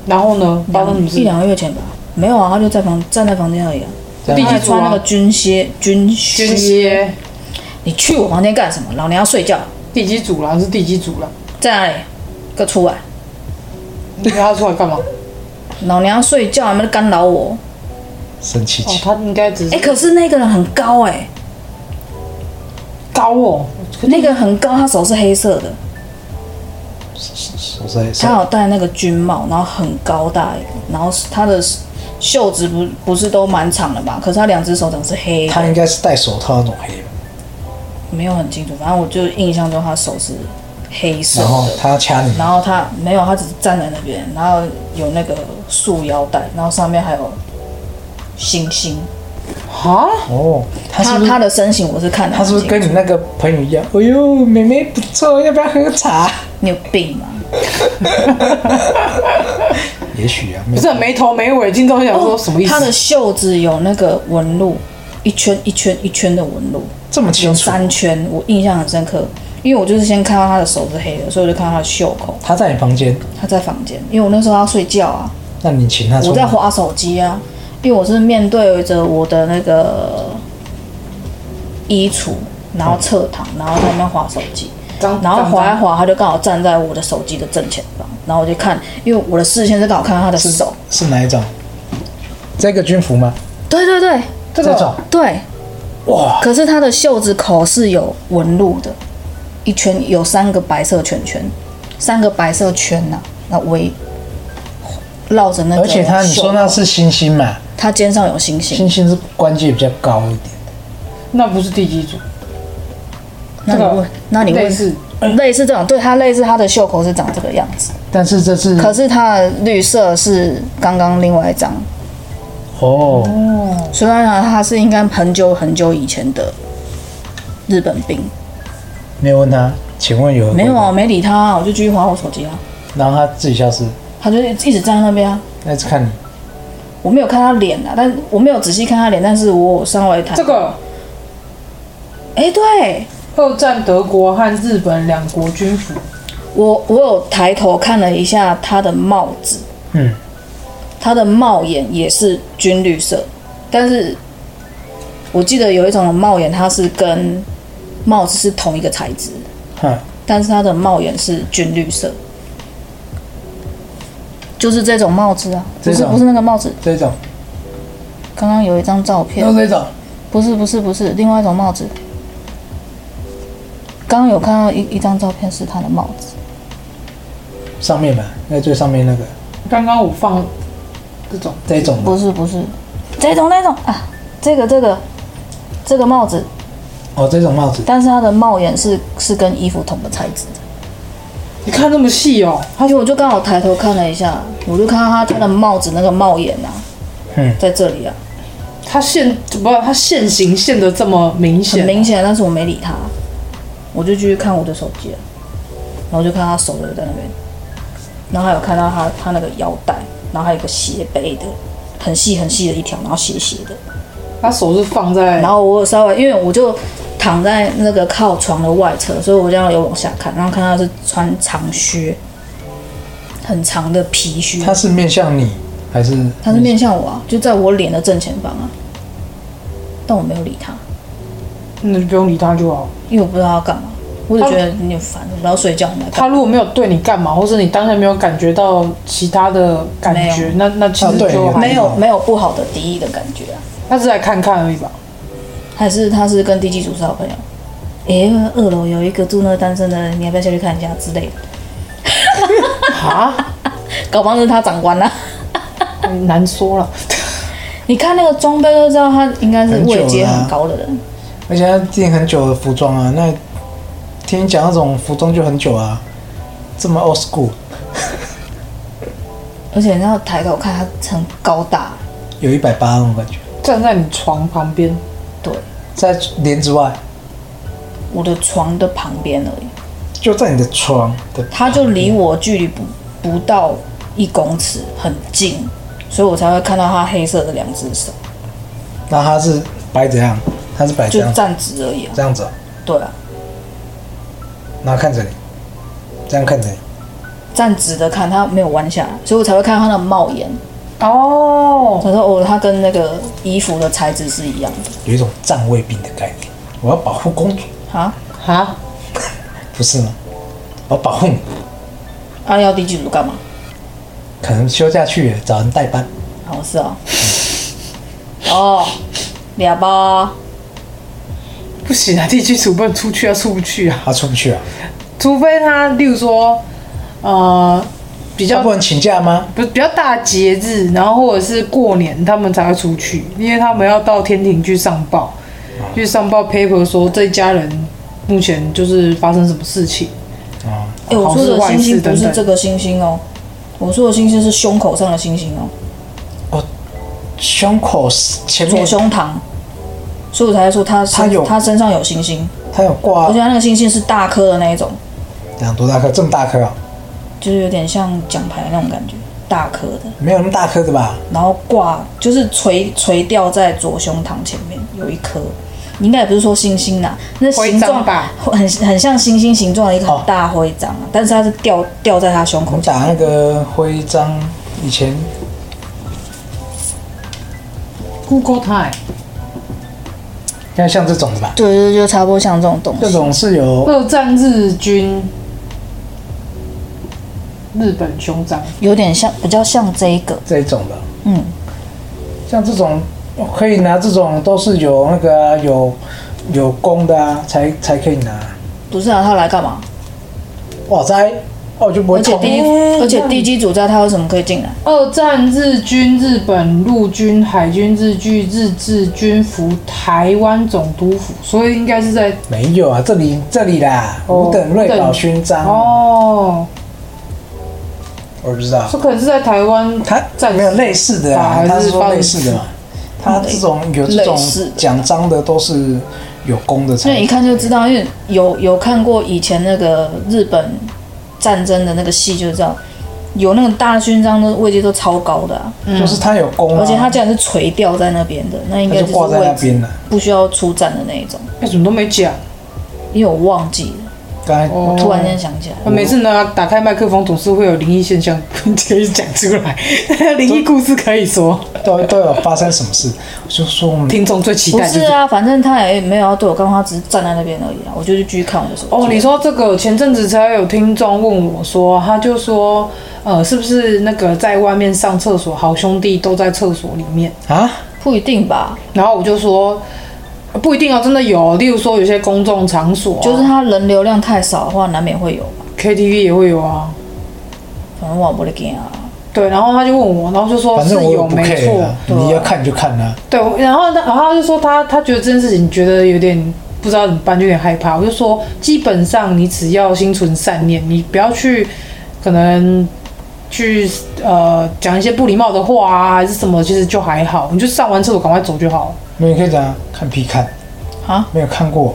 C: 然后呢？发生什么
D: 嗯一
C: 事？
D: 两个月前吧。没有啊，他就在房站在房间而已啊。
B: 这
C: 第
B: 样
D: 他
C: 几
D: 还
C: 组
D: 穿那个
C: 啊？
D: 军靴，军靴。
C: 军靴。
D: 你去我房间干什么？老娘要睡觉，
C: 第几组啦？是第几组啦？
D: 在哪里？给我出来！
C: 你叫他出来干嘛？
D: 哦老娘要睡觉，你们在干扰我。
B: 生气
C: 哦，
B: 气，
C: 他应该只
D: 哎、
C: 是
D: 可是那个人很高哎、
C: 高哦，
D: 那个很高，他手是黑色的，
B: 手在
D: 他
B: 手
D: 有戴那个军帽，然后很高大，然后他的袖子不不是都蛮长的嘛，可是他两只手掌是黑
B: 他
D: 的，
B: 应该是戴手套那种黑吧，
D: 没有很清楚，反正我就印象中他手是黑色
B: 然后
D: 的。
B: 他要掐你，
D: 然后他没有，他只是站在那边，然后有那个束腰带，然后上面还有星星。啊
C: 哈，
B: 哦，他是
D: 他
B: 不是
D: 他的身形我是看得
B: 他
D: 很
B: 是不是
D: 清楚。
B: 跟你那个朋友一样？哎呦，妹妹不错，要不要喝茶？
D: 你有病吗？
B: 也许啊，不啊
C: 不啊
D: 哦
C: 是很没头没尾，今朝想说什么意思？
D: 他的袖子有那个纹路，一圈一圈一圈的纹路，
B: 这么清
D: 有
B: 楚，
D: 三圈，我印象很深刻，因为我就是先看到他的手是黑的，所以我就看到他的袖口，
B: 他在你房间，
D: 他在房间，因为我那时候要睡觉啊，
B: 那你请他出
D: 我在
B: 来，
D: 划手机啊，因为我是面对着我的那个衣橱，然后侧躺，然后在那边划手机，
C: 脏
D: 然后
C: 脏
D: 划一
C: 脏
D: 划，他就刚好站在我的手机的正前方，然后我就看，因为我的视线是刚好看到他的手，
B: 是哪一种？这个军服吗？
D: 对对对
B: 这种
D: 对，
B: 哇，
D: 可是他的袖子口是有纹路的，一圈有三个白色圈圈，三个白色圈呐、那围绕着那个
B: 而
D: 袖口，
B: 且他你说那是星星嘛？
D: 他肩上有星星，
B: 星星是关节比较高一点，
C: 那不是第几组？
D: 那你
C: 这个
D: 问，那你问
C: 类似
D: 类似这种，对，它类似它的袖口是长这个样子，
B: 但是这是
D: 可是它的绿色是刚刚另外一张，
B: 哦，
D: 所以它是应该很久很久以前的日本兵。
B: 没有问他，请问有
D: 没有啊，我没理他、啊，我就继续划我手机啊，
B: 然后他自己消失，
D: 他就一直站在那边啊。
B: 那是看你
D: 我没有看他脸啊，但我没有仔细看他脸，但是我有稍微谈
C: 这，个
D: 哎、对
C: 二战德国和日本两国军服，
D: 我我有抬头看了一下他的帽子，
B: 嗯，
D: 他的帽檐也是军绿色，但是我记得有一种帽檐，它是跟帽子是同一个材质，
B: 哼，
D: 但是它的帽檐是军绿色，就是这种帽子啊，不
B: 这
D: 是
B: 种
D: 不是那个帽子，
B: 这种，
D: 刚刚有一张照片
B: 就，这种，
D: 不是不是不是，另外一种帽子。刚刚有看到一一张照片是他的帽子，
B: 上面吧，那最上面那个
C: 刚刚我放这种，
B: 这种
D: 不是不是，这种那种啊，这个这个这个帽子，
B: 哦，这种帽子，
D: 但是它的帽檐是是跟衣服同个材质的。
C: 你看那么细哦，
D: 而且我就刚好抬头看了一下，我就看到他他的帽子那个帽檐啊，
B: 嗯
D: 在这里啊，
C: 它线不，它线形线的这么明显，
D: 很明显，但是我没理他，我就继续看我的手机啊，然后就看他手留在那边，然后还有看到他他那个腰带，然后还有一个斜背的，很细很细的一条，然后斜斜的，
C: 他手是放在
D: 然后我有稍微因为我就躺在那个靠床的外侧，所以我这样有往下看，然后看到是穿长靴，很长的皮靴，
B: 他是面向你还是
D: 他是面向我啊，就在我脸的正前方啊，但我没有理他，
C: 那嗯就不用理他就好。
D: 因为我不知道他要干嘛，我只
C: 他
D: 觉得你很烦，我要睡觉，你来干
C: 他
D: 嘛？
C: 如果没有对你干嘛，或是你当下没有感觉到其他的感
D: 没
C: 觉，那那其
B: 啊
C: 实
B: 对
C: 就
B: 有
C: 还
D: 没有没有不好的敌意的感觉啊，
C: 他只是来看看而已吧。
D: 还是他是跟地基组是好朋友？诶、二楼有一个住那个单身的，你要不要下去看一下之类的？
C: 啊，
D: 搞不好是他长官啊。
C: 很难说了。
D: 你看那个装备就知道他应该是
B: 很久了
D: 位
B: 啊
D: 阶很高的人，
B: 而且他订很久的服装啊，那听你讲那种服装就很久啊，这么 old school，
D: 而且你要抬头看他很高大，
B: 有一百八那种感觉，
C: 站在你床旁边，
D: 对，
B: 在帘子外，
D: 我的床的旁边而已，
B: 就在你的床的，
D: 他就离我距离不不到一公尺，很近，所以我才会看到他黑色的两只手，
B: 那他是摆怎样？他是摆这
D: 就
B: 样子，
D: 站直而已啊。
B: 这样子哦、
D: 对啊，
B: 然后看着你，这样看着你，
D: 站直的看，他没有弯下来，所以我才会看到他的帽檐。
C: 哦，
D: 他说哦，他跟那个衣服的材质是一样的
B: 有一种站卫兵的概念，我要保护公主，
D: 啊。
C: 啊，
B: 不是吗？我保护你，
D: 啊，要第几组干嘛？
B: 可能休假去找人代班，
D: 好是哦，哦，俩啊吧，
C: 不行啊，地基主不能出去啊，出不去啊，
B: 他出不去啊，
C: 除非他，例如说，呃，比
B: 他
C: 较
B: 不能请假吗？
C: 不比较大的节日，然后或者是过年，他们才会出去，因为他们要到天庭去上报，
B: 啊
C: 去上报 paper 说这一家人目前就是发生什么事情。
D: 哎、我说的星星不是这个星星哦，我说的星星是胸口上的星星哦，
B: 胸口前
D: 左
B: 面
D: 胸膛，所以我才说他身
B: 他有
D: 他身上有星星，
B: 他有挂
D: 而且，他那个星星是大颗的那一种，
B: 两多大颗？这么大颗啊？
D: 就是有点像奖牌那种感觉，大颗的，
B: 没有那么大颗的吧？
D: 然后挂就是垂垂吊在左胸膛前面有一颗。你应该也不是说星星啦，那形
C: 徽
D: 状
C: 章吧哦
D: 很很像星星形状的一个很大徽章啊，但是它是吊吊在他胸
B: 我
D: 口
B: 们
C: 嗯
D: 上。
B: 打那个徽章，以前
C: Google Time
B: 应该像这种的吧？
D: 对对，对就差不多像这种东
B: 这
D: 西。
B: 种是有
C: 二战日军日本胸章，
D: 有点像，比较像这一个，
B: 这一种的，
D: 嗯，
B: 像这种可以拿，这种都是有那个啊、有有弓的啊，才才可以拿。
D: 不是啊，他来干嘛？
B: 哇塞，哦我就不
D: 而
B: 会
D: 且
B: 痛。
D: 第一，
C: 哎
D: 而且地基组在他为什么可以进来？
C: 二战日军、日本陆军、海军日据、日治军服、台湾总督府，所以应该是在
B: 没有啊，这里这里啦，
C: 哦
B: 五等瑞宝勋
D: 嗯
B: 章，
C: 哦，
B: 我不知道
C: 这，可能是在台湾
B: 他
C: 战
B: 没有类似的啊
C: 法，
B: 他
C: 还
B: 是
C: 是
B: 说
C: 发
B: 类似的嘛，他这种有这种
D: 嗯类似的
B: 奖章的都是有功
C: 哎
B: 的
D: 那
B: 才
D: 一看就知道，因为有有看过以前那个日本战争的那个戏，就知道有那个大勋章的位置都超高的、啊，
B: 就是他有功、啊，
D: 而且他竟然是垂吊在那边的，那应
B: 他
D: 该
B: 就挂
D: 是
B: 在那
D: 位置
B: 边了。
D: 不需要出战的那一种，
C: 哎，怎么都没讲？
D: 因为我忘记了，
B: 刚才
C: 哦
D: 我突然间想起来，
C: 我每次呢，打开麦克风总是会有灵异现象 可以讲出来， 灵异故事可以说，
B: 都都有发生什么事，我就说我们
C: 听众最期
D: 不
C: 待就是是。
D: 啊，反正他也没有要对我干嘛，他只是站在那边而已啊，我就去继续看我的手机。
C: 哦，你说这个前阵子才有听众问我说，他就说，呃，是不是那个在外面上厕所，好兄弟都在厕所里面？
B: 啊，
D: 不一定吧？
C: 然后我就说，呃不一定哦，真的有，例如说有些公众场所啊、
D: 就是他人流量太少的话，难免会有吧。
C: KTV 也会有啊。
D: 反正我不会给啊，
C: 对，然后他就问我，然后就说
B: 反
C: 是
B: 正我也
C: 有
B: 不
C: 没
B: care
C: 错
B: 啊，，
D: 对啊
B: 你要看就看啊，
C: 对，然后他然后他就说他他觉得这件事情觉得有点不知道怎么办，有点害怕。我就说，基本上你只要心存善念，你不要去可能去呃讲一些不礼貌的话啊，还是什么，其实就还好，你就上完厕所赶快走就好。
B: 没有你可以讲啊看屁看
D: 啊，
B: 没有看过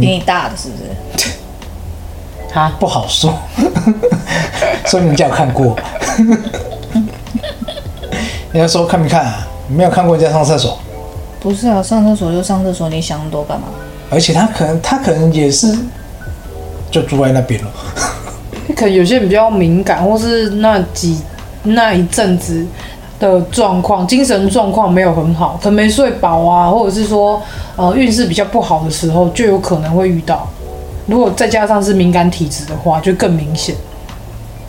D: 比你大的是不
C: 嗯
D: 是？
B: 不好说， 说人家有看过， 人家说看没看啊，没有看过人家上厕所，
D: 不是啊，上厕所就上厕所，你想多干嘛？
B: 而且他可能他可能也是就住在那边了，
C: 可能有些人比较敏感，或是那几那一阵子的状况，精神状况没有很好，可能没睡饱啊，或者是说呃运势比较不好的时候，就有可能会遇到。如果再加上是敏感体质的话，就更明显。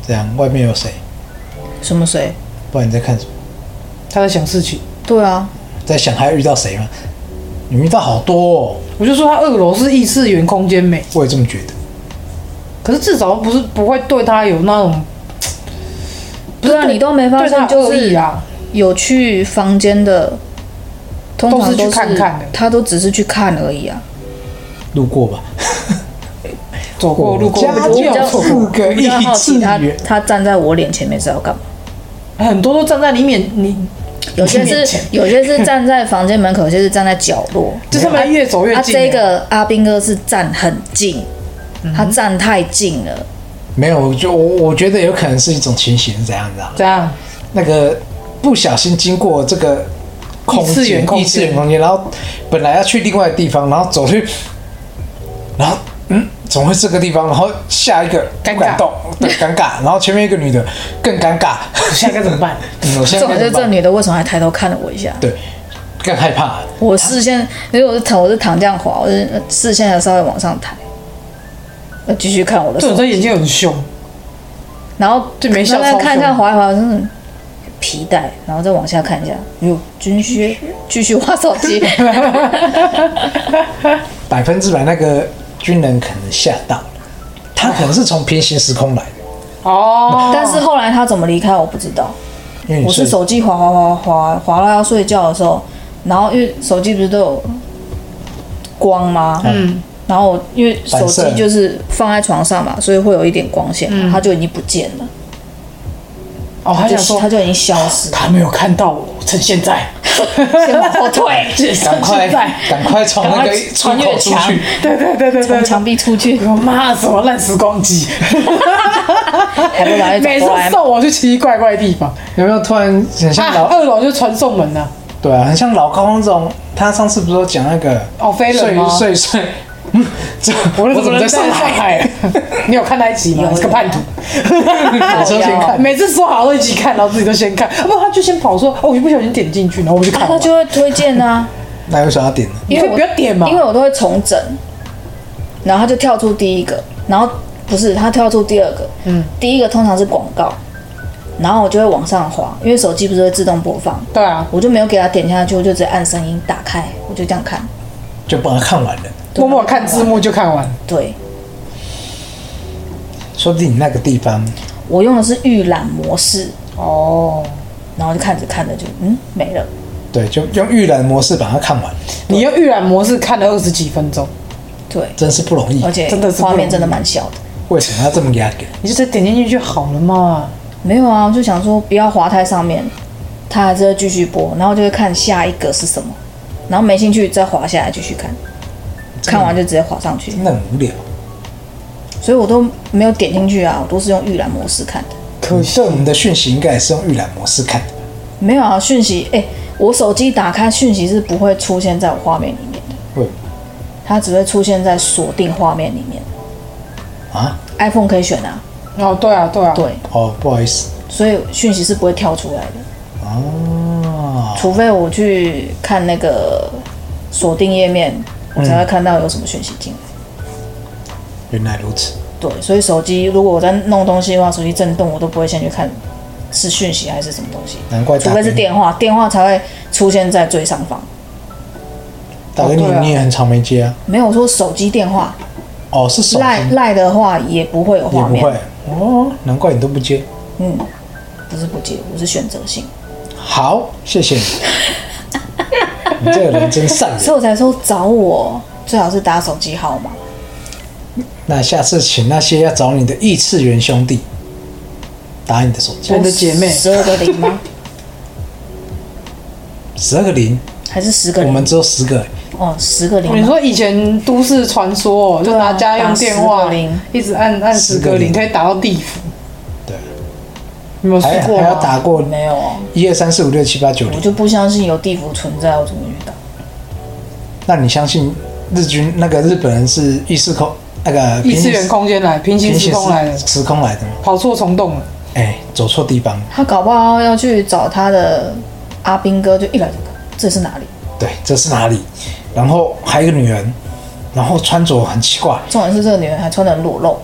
B: 这样外面有谁？
D: 什么谁？
B: 不然你在看什么？
C: 他在想事情，
D: 对啊，
B: 在想还遇到谁吗？你遇到好多、哦，
C: 我就说他二楼是异次元空间美，
B: 我也这么觉得。
C: 可是至少不是不会对他有那种
D: 不是啊，你都没发
C: 对他有
D: 现，就
C: 恶意
D: 是
C: 啊。
D: 有去房间的，通常
C: 都是去看看的
D: 他都只是去看而已啊。
B: 路过吧，
C: 走过路过
B: 家
C: 我没有
B: 教
C: 错
B: 四
C: 过，
B: 个
D: 我比
B: 异
D: 较好奇
B: 次
D: 他
B: 元，
D: 他站在我脸前面是要干嘛？
C: 很多都站在你面，你
D: 有些
C: 面
D: 是
C: 前
D: 有些是站在房间门口，有些是站在角落。
C: 就是他们越走越
D: 啊，
C: 近。
D: 这个阿兵哥是站很近，
C: 嗯
D: 他站太近了。
B: 没有，就我我觉得有可能是一种情形是怎样的、啊？
C: 怎样？
B: 那个不小心经过这个空
C: 异次元
B: 间，
C: 空
B: 异
C: 间
B: 次元空间，然后本来要去另外的地方，然后走去，然后嗯，怎么会这个地方？然后下一个
C: 尴尬
B: 不敢动，对，尴尬。然后前面一个女的更尴尬，
C: 现在该怎么办？
B: 嗯我现
D: 重
B: 在
D: 点
B: 该怎么
D: 是这
B: 办？
D: 女的为什么还抬头看了我一下？
B: 对，更害怕。
D: 我视线，因为我是躺，我是躺这样滑，我是呃视线还稍微往上抬，呃，继续看我的
C: 这
D: 手
C: 种，他眼睛很凶，
D: 然后
C: 就没笑
D: 慢慢
C: 超
D: 看
C: 凶
D: 看滑一滑，嗯，皮带，然后再往下看一下，哟，军靴，继续滑手 机，
B: 百分之百那个军人可能吓到了，他可能是从平行时空来的，
C: 哦，
D: 但是后来他怎么离开我不知道，
B: 因为你
D: 我是手机滑滑滑滑滑到要睡觉的时候，然后因为手机不是都有光吗？嗯。然后我因为手
B: 反射
D: 机就是放在床上嘛，所以会有一点光线嘛，它就已经不见了，
C: 嗯哦，他
D: 它
C: 想
D: 就
C: 说
D: 它就已经消失了。
C: 他没有看到我，趁现在，
D: 先往后 退，
C: 趁
B: 赶 快
C: 现在，
B: 赶快从那
D: 赶
B: 个
D: 快
B: 出
D: 穿越
B: 口出
D: 墙
B: 去，
C: 对对对 对
D: 从
C: 对，
D: 墙壁 出去，
C: 我妈什么烂时光机，
D: 还不赶 快
C: 每次
D: 走过来。啊
C: 送我去奇奇怪怪的地方
B: 有没有突然很像
C: 啊
B: 老，
C: 二楼就传送门呐、
B: 对啊，很像老高那种，他上次不是有讲那个
C: 哦飞人吗
B: 睡睡睡，嗯，这
C: 我
B: 我怎么在
C: 人
B: 上
C: 上
B: 海？
C: 海？你有看啊那一集吗？是个叛 徒，
B: 我说先看，
C: 每次说好都一起看，然后自己都先看，啊不他就先跑说，哦，我就不小心点进去，然后我就
D: 啊
C: 看
D: 他
C: 完。
D: 就会推荐啊，
B: 那有什么要点的？
D: 因为
C: 你可以
D: 我
C: 不要点嘛
D: 因为我都会重整，然后他就跳出第一个，然后不是他跳出第二个，嗯，第一个通常是广告，然后我就会往上滑，因为手机不是会自动播放，
C: 对啊，
D: 我就没有给他点下去，我就直接按声音打开，我就这样看，
B: 就把它看完了，
D: 对
C: 默默看字，幕就看完。
D: 对
B: 说不定你那个地方
D: 我用的是预览模式，
C: 哦，
D: 然后就看着看着就嗯没了，
B: 对，就用预览模式把它看完，
C: 你用预览模式看了二十几分钟，
D: 对，
B: 真是不容易
D: 而。且
C: 真的是不容易
D: 画面真的蛮小的，
B: 为什么要这么压给？
C: 你就直接点进去就好了嘛。
D: 没有啊，我就想说不要滑太上面，它还是会继续播，然后就会看下一个是什么，然后没兴趣再滑下来继续
C: 嗯
D: 看，看完就直接滑上去，
B: 真的很无聊。
D: 所以我都没有点进去啊，我都是用预览模式看的。
B: 可是对我们的讯息应该也是用预览模式看的，
D: 没有啊，讯息，哎、我手机打开讯息是不会出现在我画面里面的，
B: 会
D: 它只会出现在锁定画面里面。
B: 啊？
D: iPhone 可以选啊，
C: 哦，对啊，对啊，
D: 对，
B: 哦，不好意思，
D: 所以讯息是不会跳出来的，
B: 哦，
D: 除非我去看那个锁定页面，我才会看到有什么讯息进来。
B: 原来如此。
D: 对，所以手机如果我在弄东西的话，手机震动我都不会先去看是讯息还是什么东西，
B: 难怪
D: 除
B: 打
D: 非是
B: 给
D: 电话，电话才会出现在最上方。
B: 打给你
C: 哦对，啊
B: 你也很常没接啊。
D: 没有说手机电话，
B: 哦，是手
D: 赖
B: 机
D: 赖的话也不会有
B: 也
D: 画
B: 不
D: 面。
B: 会哦，难怪你都不接。
D: 嗯，不是不接，我是选择性，
B: 好，谢 谢你。你这个人真善良。
D: 所以我才说找我最好是打手机号码。
B: 那下次请那些要找你的异次元兄弟打你的手机
C: 我，的姐妹
D: 十二个零 吗？
B: 十二个零，
D: 还是十个
B: 我
D: 零？
B: 们只有十个，
D: 哦，十个零吗。
C: 你说以前都市传说哦，就拿家用电
D: 打十
C: 话
D: 个零
C: 一直按按十
B: 十
C: 个零，
B: 个零
C: 可以打到地府。
B: 对，
C: 你有
B: 还
C: 试
B: 还
C: 过
B: 要
C: 吗？
B: 打过
D: 没有啊？
B: 一二三四五六七八九
D: 我
B: 零。
D: 就不相信有地府存在，我怎么会去打？
B: 那你相信日军那个日本人是异世空那个
C: 异次元空间来，平行
B: 平
C: 时
B: 行
C: 空来的，
B: 时空来的吗？
C: 跑错虫洞了。
B: 哎、走错地方了，
D: 他搞不好要去找他的阿兵哥，就一来就看这是哪里？
B: 对，这是哪里？然后还有一个女人，然后穿着很奇怪，
D: 重点是这个女人还穿的裸露，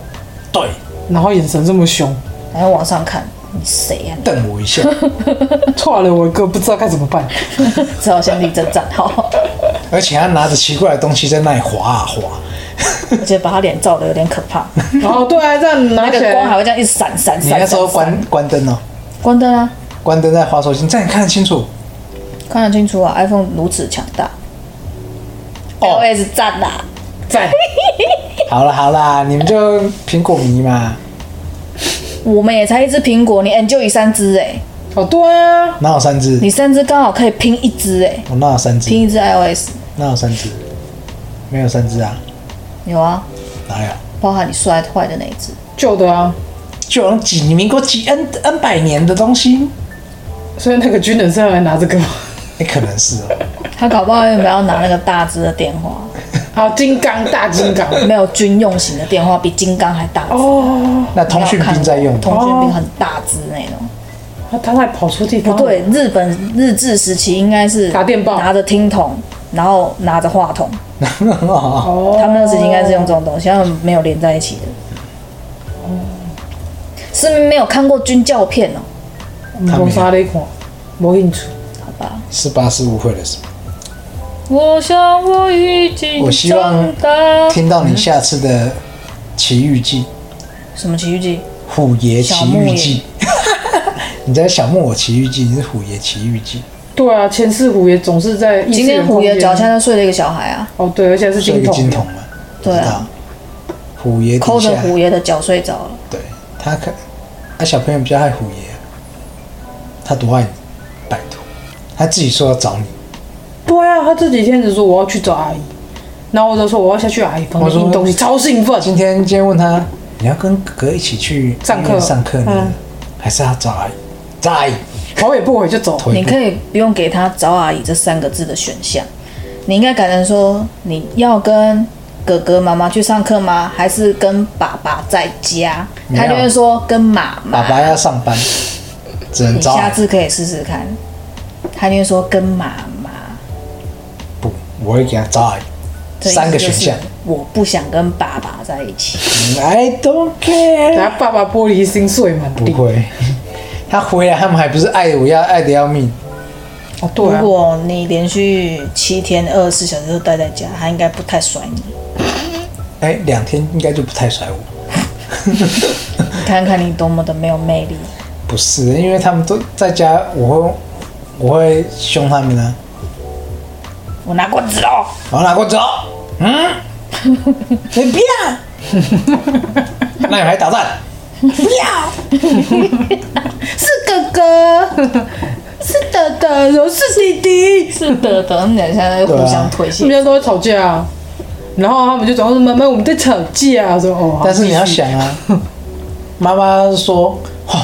B: 对，
C: 然后眼神这么凶，
D: 然后往上看，你谁呀、
B: 瞪我一下，
C: 错了我哥不知道该怎么办。
D: 你只好先立正站 好，
B: 而且她拿着奇怪的东西在那里滑啊滑，
D: 而且把她脸照的有点可 怕，
C: 然后对啊，这样拿
D: 那
C: 起
D: 个光还
C: 来，
D: 会这样一直闪闪
B: 你
D: 闪。
B: 那时候
D: 闪闪
B: 关关灯哦，
D: 关灯啊，
B: 关灯在滑手机，这样你看得清楚。
D: 看得清楚啊，iPhone 如此强大。
B: 哦
D: iOS 赞啦，
C: 在
B: 好了好啦，你们就苹果迷嘛，
D: 我们也才一只苹果，你 enjoy 三只哎、
C: 哦对啊，
B: 哪有三只？
D: 你三只刚好可以拼一只哎、
B: 我哪有三
D: 拼
B: 只？
D: 一只 iOS
B: 哪有三只？没有三只啊，
D: 有啊，
B: 哪有？
D: 包含你摔坏的那一只，
C: 旧的啊，
B: 就好像几民国几 n n 百年的东西，
C: 所以那个军人身上还拿这个吗。
B: 也、可能是哦。
D: 他搞不好原本要拿那个大只的电话，
C: 好，啊金刚大金刚，
D: 没有军用型的电话比金刚还大只。
C: 哦
B: 那通讯兵在 用的，
D: 通讯兵很大只那种。
C: 他啊他还跑出地
D: 不
C: 方。
D: 对，，日本日治时期应该是
C: 哦打电报
D: 拿着听筒，然后拿着话筒，
B: 哦
D: 他们那个时期应该是用这种东西，他们没有连在一起的。是没有看过军教片哦，
C: 谋杀嗯了一款，没兴趣。
D: 好吧。
B: 是吧？是误会了，是吧？
D: 我想我已经
B: 我希望
D: 大。
B: 听到你下次的奇遇记，
D: 什么奇遇记？
B: 《虎爷奇遇记》。你在小木偶奇遇记，你是虎爷奇遇记，
C: 对啊，前世虎爷总是在异
D: 今
C: 次
D: 天
C: 元空
D: 虎
C: 间
D: 爷脚下就睡了一个小孩啊，
C: 哦对，而且是
B: 是一
C: 金
B: 个
C: 童。
B: 金童嘛？
D: 对啊
B: 知道。虎爷底
D: 抠着
B: 下，
D: 虎爷的脚睡着了。
B: 对他啊可，他小朋友比较爱虎爷啊，他多爱你，拜托。他自己说要找你，
C: 对啊，他这几天只说我要去找阿姨，然后我就说我要下去阿姨房
B: 我
C: 里
B: 说
C: 印东西，超兴奋。
B: 今天今天问他，你要跟哥哥一起去
C: 上课
B: 医院上课呢，
C: 嗯
B: 还是要找阿姨？找阿姨，
C: 头也不回就走。
B: 头一
D: 你
B: 步
D: 可以不用给他“找阿姨”这三个字的选项，你应该改成说你要跟哥哥妈妈去上课吗？还是跟爸爸在家？
B: 没有
D: 他就会说跟妈妈。
B: 爸啊爸要上班，只能
D: 你
B: 找阿
D: 下
B: 姨。
D: 次可以试试看。他就会说跟妈妈。
B: 不，我会给他找阿姨。
D: 这意思
B: 三个
D: 就
B: 选
D: 是
B: 项嗯
D: 我不想跟爸爸在一起。
B: I don't
C: 等
B: care。
C: 下爸爸玻璃心碎满
B: 哎不
C: 地。
B: 会， 他回来他们还不是爱我要爱的要命？
C: 哦，对啊
D: 如，果你连续七天二十四小时都待在家，他应该不太甩你。
B: 哎，两天应该就不太甩我。
D: 你看看你多么的没有魅力。
B: 不是，因为他们都在家，我会我会凶他们呢、
D: 我拿过纸哦。
B: 我拿过走， 嗯，你不要，那你还打 战？
D: 是哥哥， 是的的，然后是弟弟，是的的，他们俩现在互相
C: 他
D: 推
C: 们
D: 卸。
C: 家都在吵架啊，然后他们就总是慢慢我们在吵架啊，我说哦，好
B: 但是你要
C: 继续
B: 想啊，妈妈说，哦，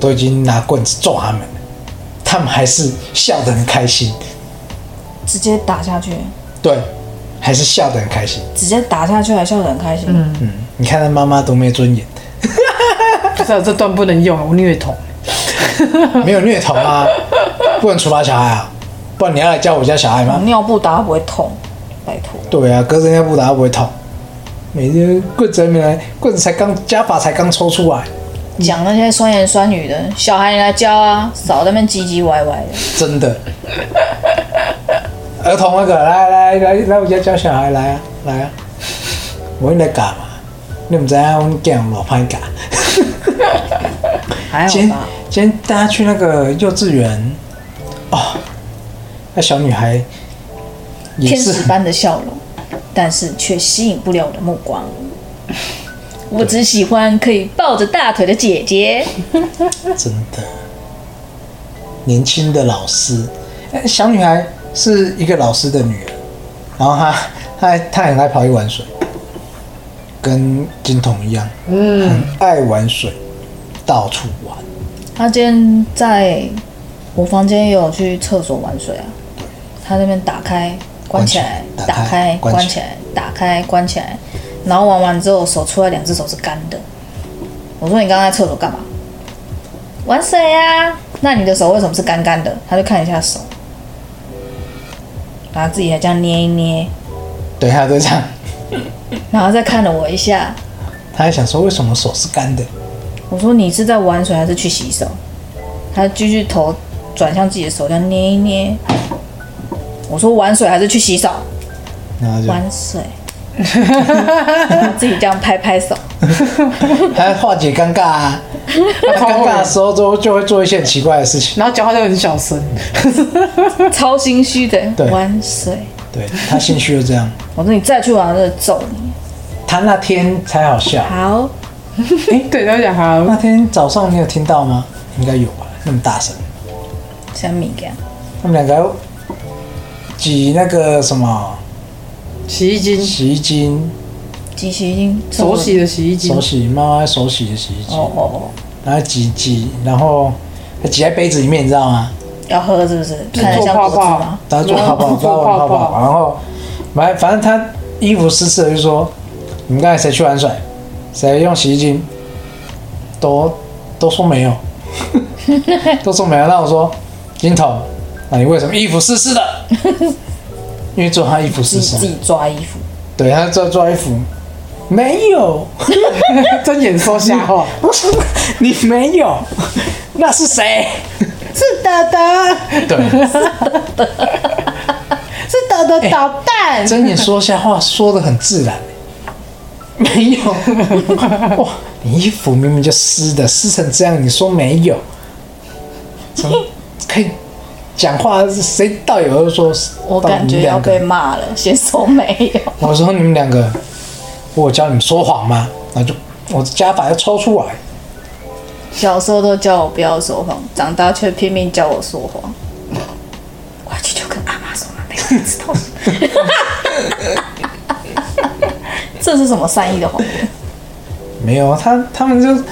B: 都已经拿棍子揍他们了，他们还是笑得很开心，
D: 直接打下去，
B: 对，还是笑得很开心。
D: 直接打下去，还笑得很开心。
B: 嗯，你看他妈妈多没尊严，
C: 不是啊，这段不能用啊，我虐童。
B: 没有虐童啊，不能处罚小孩啊，不然你要来教我家小孩吗？
D: 尿布打不会痛，拜托。
B: 对啊，隔着尿布打会不会痛？每天棍子还没来，棍子才刚加法才刚抽出来，
D: 讲那些酸言酸语的，小孩你来教啊，少在那边唧唧歪歪的。
B: 真的。 儿童那个，来来来来我家教小孩来啊来啊，我来教嘛，你们知道我们囝有偌歹教。
D: 还好
B: 今天
D: 吧？
B: 今天大家去那个幼稚园，哦，那小女孩也
D: 天
B: 是
D: 使
B: 很
D: 般的笑容，但是却吸引不了我的目光。我只喜欢可以抱着大腿的姐姐。
B: 真的，年轻的老师，哎小女孩是一个老师的女儿，然后她 她她很爱跑去玩水，跟金童一样，嗯，很爱玩水，到处玩。
D: 他今天在我房间也有去厕所玩水啊，他那边打开关起来，
B: 关起来
D: 打开
B: 打开关
D: 关起来，打开关起来，然后玩完之后手出来两只手是干的。我说你刚刚在厕所干嘛？玩水呀、啊。那你的手为什么是干干的？他就看一下手，然后自己还这样捏一捏，
B: 对，她都这样，
D: 然后再看了我一下。
B: 她还想说为什么手是干的？
D: 我说你是在玩水还是去洗手？他继续头转向自己的手，这样捏一捏。我说玩水还是去洗手？
B: 然后就
D: 玩水，然后自己这样拍拍手。
B: 她化解尴尬 啊，她尴尬的时候就就会做一些很奇怪的事情。
C: 然后讲话就很 小声，
D: 超心虚的
B: 对
D: 玩水。
B: 对她心虚就这样，
D: 我说你再去玩，我就揍你。
B: 她那天才 好笑。
D: 好，
C: 对，然后讲好，
B: 那天早上你有听到吗？应该有吧，那么大声。
D: 像米干，
B: 他们两个挤那个什么
C: 洗衣精，
B: 洗衣精，
D: 机器已经
C: 手洗的洗衣精
B: 手，洗妈妈手洗的洗衣精，
D: 哦哦哦，
B: 然后挤挤，然后还挤在杯子里面，你知道吗？
D: 要喝是不是？
C: 就
D: 看得
C: 做
D: 像
C: 泡
D: 果汁
C: 泡
D: 吗？，
B: 然后做泡泡，
C: 做
B: 做
C: 泡
B: 泡泡，
C: 泡，
B: 然后反正反正他衣服湿湿的，就说你们刚才谁去玩水？谁用洗衣精？都都说没有，都说没有。那我说金童，那你为什么衣服湿湿的？因为做他衣服湿
D: 自己
B: 湿
D: 自
B: 的，
D: 己抓衣服，
B: 对他做做衣服没有。
C: 睁眼说瞎话，
B: 你没有，那是谁？
C: 是的的，
B: 对， 哎
C: 是的的捣蛋，
B: 睁眼说瞎话，说的很自然。没 有，哇，你衣服明明就湿的，湿成这样，你说没有？怎么可以讲话？谁道友又说？
D: 我
B: 到
D: 感
B: 你们
D: 觉要
B: 两个
D: 被骂了，先说没有。
B: 我说你们两个，我有教你们说谎吗？然后就我的加法要抽出来，
D: 小时候都叫我不要说谎，长大却拼命叫我说谎。知 道。这是什么善意的谎言？
B: 没有啊，他他们就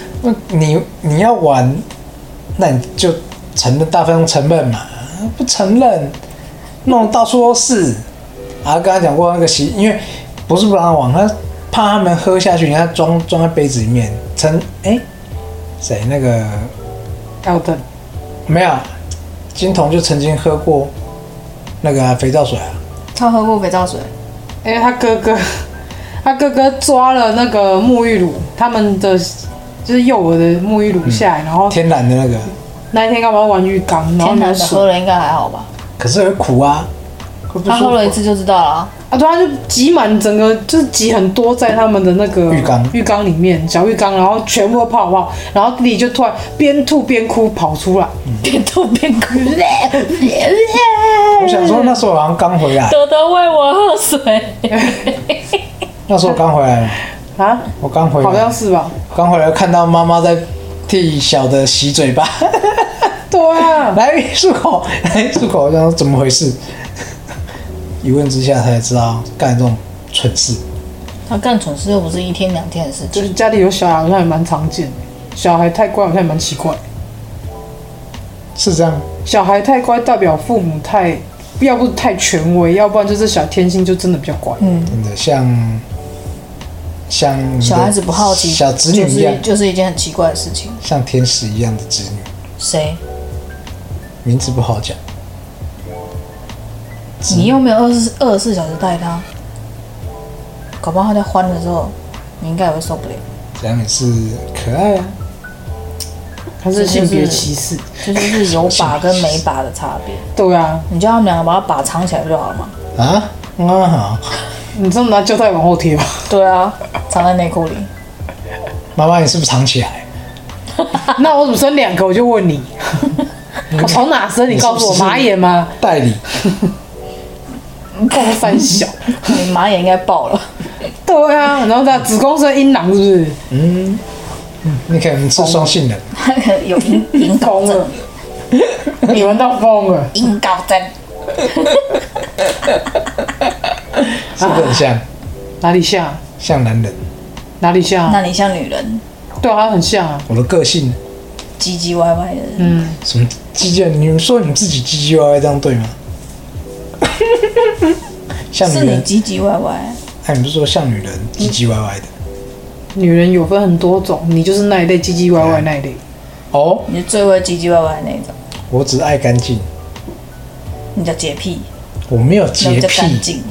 B: 你你要玩，那你就承认大方承认嘛，不承认弄到处都是。啊，刚刚讲过那个洗，因为不是不让他玩，他怕他们喝下去，人家装装在杯子里面，称哎谁那个
C: 要等，
B: 没有，金童就曾经喝过那个啊、肥皂水啊，
D: 他喝过肥皂水，
C: 因哎为他哥哥， 他哥哥抓了那个沐浴乳，他们的就是幼儿的沐浴乳下来，然后
B: 天然的那个，
C: 那一天干嘛玩浴缸，然后
D: 天
C: 没
D: 然
C: 有
D: 的
C: 水
D: 喝了应该还好吧？
B: 可是很苦啊，会不
D: 他
B: 舒
D: 喝
B: 服
D: 了一次就知道了啊。
C: 啊，对，他就挤满整个，就是挤很多在他们的那个
B: 浴缸
C: 浴缸里面小浴缸，然后全部都泡泡，然后你就突然边吐边哭跑出来，
D: 边吐边哭。
B: 我想说那时候好像刚回来，
D: 德德喂我喝水，
B: 那时候刚回来，
C: 啊，
B: 我刚回来，
C: 好像是吧？
B: 刚回来看到妈妈在替小的洗嘴巴，
C: 对啊，
B: 来一漱口， 来一漱口，然后怎么回事？一问之下才知道干这种蠢事，
D: 他干蠢事又不是一天两天的事
C: 就
D: 情。
C: 是家里有小孩好像也蛮常见的，小孩太乖好像也蛮奇怪，
B: 是这样。
C: 小孩太乖代表父母太，要不太权威，要不然就是小天性就真的比较乖。
D: 嗯，
B: 真的像像你的
D: 小孩子不好奇，
B: 小侄女
D: 就
B: 一样
D: 是，就是一件很奇怪的事情。
B: 像天使一样的侄女，
D: 谁？
B: 名字不好讲。
D: 你又没有二十二十四小时带他，搞不好他在欢的时候，你应该也会受不了。
B: 这样也是可爱啊，
C: 他是性别歧视，
D: 这就是有把跟没把的差别。
C: 对啊，
D: 你叫他们两个把把藏起来不就好了嘛？
B: 啊啊好，
C: 你真的拿胶带往后贴吧，
D: 对啊，藏在内裤里。
B: 妈妈你是不是藏起来？
C: 那我怎么生两个？我就问你， 我从哪生？你告诉我，
B: 你是不是
C: 马眼吗？
B: 代理
C: 够三小。
D: 你马眼应该爆了，
C: 对啊，然后他子宫是阴囊是不是？
B: 你可能是双性人，
D: 他可能有阴阴高
C: 疯了
D: 症，，
C: 你闻到疯了。
D: 阴高症。啊
B: 是不是很像
C: 哪里像？
B: 像男人？
C: 哪里像？
D: 那你像女人，
C: 对啊，很像啊。
B: 我的个性
D: 唧唧歪歪的，
C: 嗯，
B: 什么唧唧？你们说你自己唧唧歪歪这样 对吗？像
D: 是
B: 女
D: 你
B: 人，
D: 唧唧歪歪。
B: 哎，你不是说像女人唧唧歪歪的？
D: 嗯
C: 女人有分很多种，你就是那一类唧唧歪歪那一类。
B: 哦，
D: 你是最会唧唧歪歪的那种，
B: 我只爱干净，
D: 你叫洁癖，
B: 我没有
D: 那
B: 洁
D: 个叫干
B: 癖，
D: 净。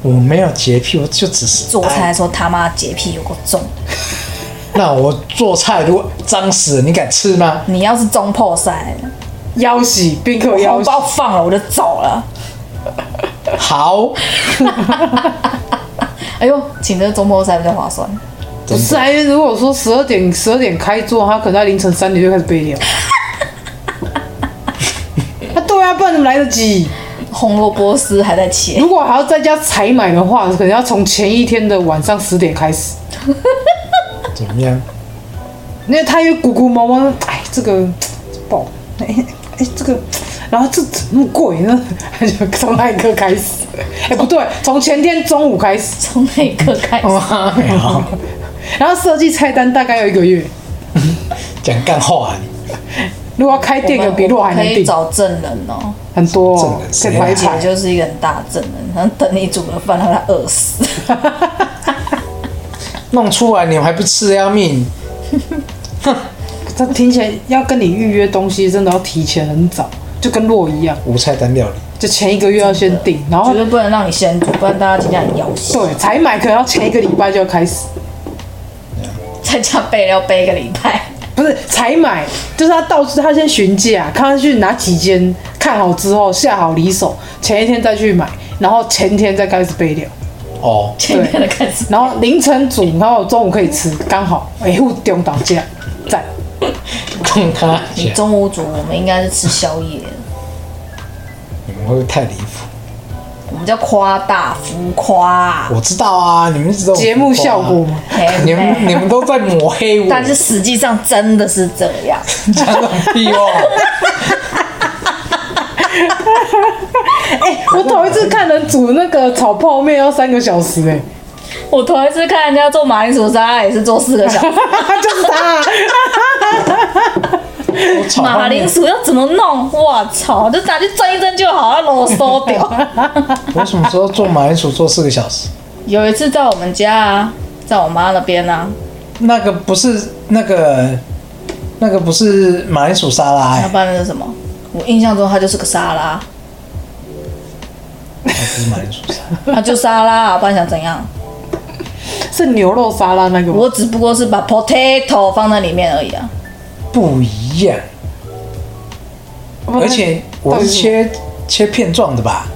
B: 我没有洁癖，我就只是
D: 做
B: 爱
D: 菜的时候他妈洁癖有够重，
B: 那我做菜如果脏死了，你敢吃吗？
D: 你要是中破塞，
C: 腰喜宾客
D: 我
C: 腰
D: 红
C: 喜
D: 包放了我就走了。
B: 好，
D: 哎呦，请这中破塞比较划算。
C: 不是啊，因为如果说十二点十二点开做，他可能在凌晨三点就开始备 料。啊，对啊，不然怎么来得及？
D: 红萝卜丝还在切，
C: 如果还要在家采买的话，可能要从前一天的晚上十点开始，
B: 怎么样？
C: 因为他又鼓鼓毛毛，哎，这个这不好，哎哎这个，然后这怎么那么贵呢？ 他就从那一刻开始，哎不对，从前天中午开始，
D: 从那一刻开始，
C: 然后设计菜单大概要一个月。
B: 讲干话、啊，
C: 如果要开店，有比
D: 我
C: 洛还
D: 们可
C: 难
D: 以
C: 定，
D: 找证人哦。
C: 很多、哦
B: 真，的谁
C: 可以
B: 啊
C: 排一
D: 姐
C: 排。
D: 就是一个很大的证人，然后等你煮了饭让他饿死。
B: 弄出来你们还不吃得要命？
C: 他听起来要跟你预约东西，真的要提前很早，就跟洛一样，
B: 无菜单料理，
C: 就前一个月要先订，然后
D: 绝对不能让你先煮，不然大家今天很要死。
C: 对采买可能要前一个礼拜就要开始，
D: 在家备料备一个礼 拜，
C: 不是采买，就是他到他先询价，看他去哪几间看好之后下好离手，前一天再去买，然后前天再开始备料，
B: 哦，
D: 前天的开始。
C: 然后凌晨煮，然后中午可以吃，刚好哎维护中岛价，赞。
B: 控 他
D: 你
B: 讲，
D: 中午煮，我们应该是吃宵夜的，
B: 你们会不会太离谱？
D: 我们叫夸大浮夸啊。
B: 我知道啊，你们一直都有
C: 节目效果
B: 浮
C: 嘛，
B: 夸啊， 你们你们都在抹黑我，
D: 但是实际上真的是这 样，
B: 讲那种屁话，
C: 哎、我头一次看人煮那个炒泡面要三个小时、哎，
D: 我头一次看人家做马铃薯沙拉也是做四个小时，
C: 就是他、
B: 我炒泡
D: 马
B: 面
D: 铃，薯要怎么弄？我操，就拿去蒸一蒸就好，要啰嗦掉。
B: 我什么时候做马铃薯做四个小时？
D: 有一次在我们家啊，在我妈那边啊，
B: 那个不是那个那个不是马铃薯沙拉
D: 她
B: 哎、
D: 拌的是什么？我印象中它就是个沙拉，
B: 那不是马铃薯沙拉，
D: 它就沙拉、啊，不然想怎样？
C: 是牛肉沙拉那个吗？
D: 我只不过是把 potato 放在里面而已啊。
B: 不一样。
C: 我
B: 而且我是切切片状的吧？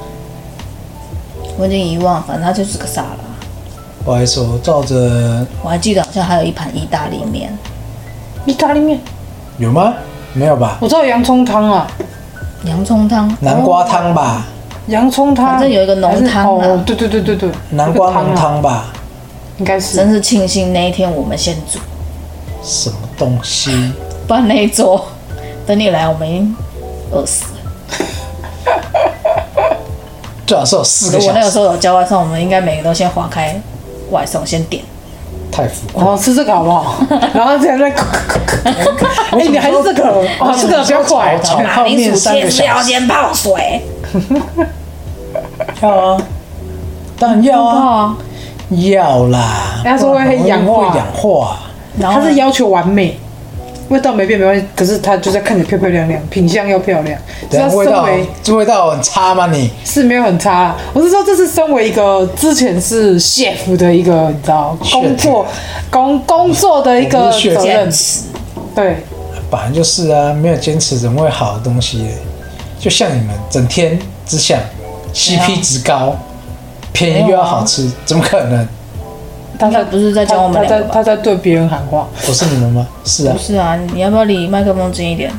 D: 我已经遗忘，反正它就是个沙拉。
B: 不好意思，我照着
D: 我还记得好像还有一盘意大利面，
C: 意大利面，
B: 有吗？没有吧？
C: 我知道洋葱汤啊，
D: 洋葱汤、
B: 南瓜汤吧，
C: 洋葱汤，
D: 反正有一个浓汤啊
C: 还是哦，对对对对对，
B: 南瓜浓
C: 那个啊，
B: 汤吧，
C: 应该是
D: 真是庆幸那一天我们先煮，
B: 什么东西？
D: 不然那一桌 等你来，我们已经饿死了。
B: 最好是有四个
D: 如果
B: 小
D: 那个时
B: 时，
D: 候有叫外送，我们应该每个都先划开外送，先点。
B: 太浮夸。
C: 哦，吃这个好不好？然后这样在，哎、你还是这个，哦，这个比较快，
B: 炒
D: 马
B: 泡
D: 铃
B: 面
D: 薯
B: 三
D: 啊先
B: 个
D: 是
B: 小
D: 要
B: 时，
D: 先泡水，
B: 要啊，当然要啊，
D: 啊，
B: 要啦。
C: 人家说会氧
B: 不然很容易
C: 化
B: 氧化。
D: 然后
C: 它
D: 呢
C: 是要求完美，味道没变没关系，可是它就是要看起来漂漂亮亮，品相要漂亮，只
B: 等
C: 要
B: 下味
C: 身
B: 道
C: 为，
B: 这味道很差吗？你
C: 是没有很差啦。我是说，这是身为一个之前是 chef 的一个，你知道，工作工工作的一个
B: 我是 chef
C: 责任
D: 坚，持。
C: 对，
B: 本来就是啊，没有坚持怎么会好的东西嘞？就像你们整天只想 CP 值高，便宜又要好吃，怎么可能？
C: 他
D: 应该不是在讲我们
C: 他
D: 两
C: 在
D: 个吧
C: 他在对别人喊话，
B: 不是你们吗？是啊
D: 不，是啊，你要不要离麦克风近一点？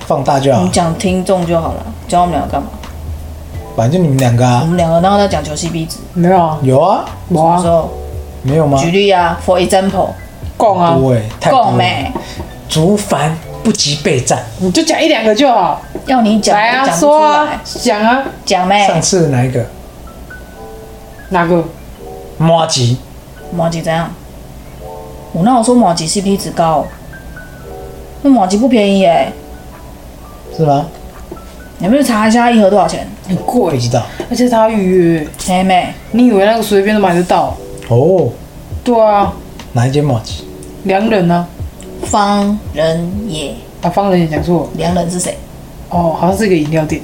B: 放大就好
D: 你，讲听众就好了，讲我们两个干嘛？
B: 反正就你们两个
D: 我
B: 啊。
D: 们两个然后在讲球 CP 值，
C: 没有啊，
B: 有啊，
C: 我
D: 时
C: 啊，
D: 候
B: 没有吗？
D: 举例啊，for example，
C: 供啊，
B: 多哎，太多
D: 共
B: 了。
D: 美，
B: 竹凡不及备战。
C: 你就讲一两个就好，
D: 要你讲
C: 来
D: 讲
C: 啊，
D: 不出
C: 说
D: 来
C: 啊，，讲啊，
D: 讲妹，
B: 上次哪一个？
C: 哪个？
B: 摩吉
D: 马吉怎样？我那我说马吉 CP 值高，那马吉不便宜耶、
B: 是吗？
D: 你们去查一下一盒多少钱？
C: 很
B: 不
C: 贵，
B: 知道
C: 而且他预约，
D: 嘿妹，
C: 你以为那个随便都买得到？
B: 哦，
C: 对啊，
B: 哪一间摩吉？
C: 良人啊，
D: 方人野，
C: 啊，方人也讲错了，
D: 良人是谁？
C: 哦，好像是一个饮料店，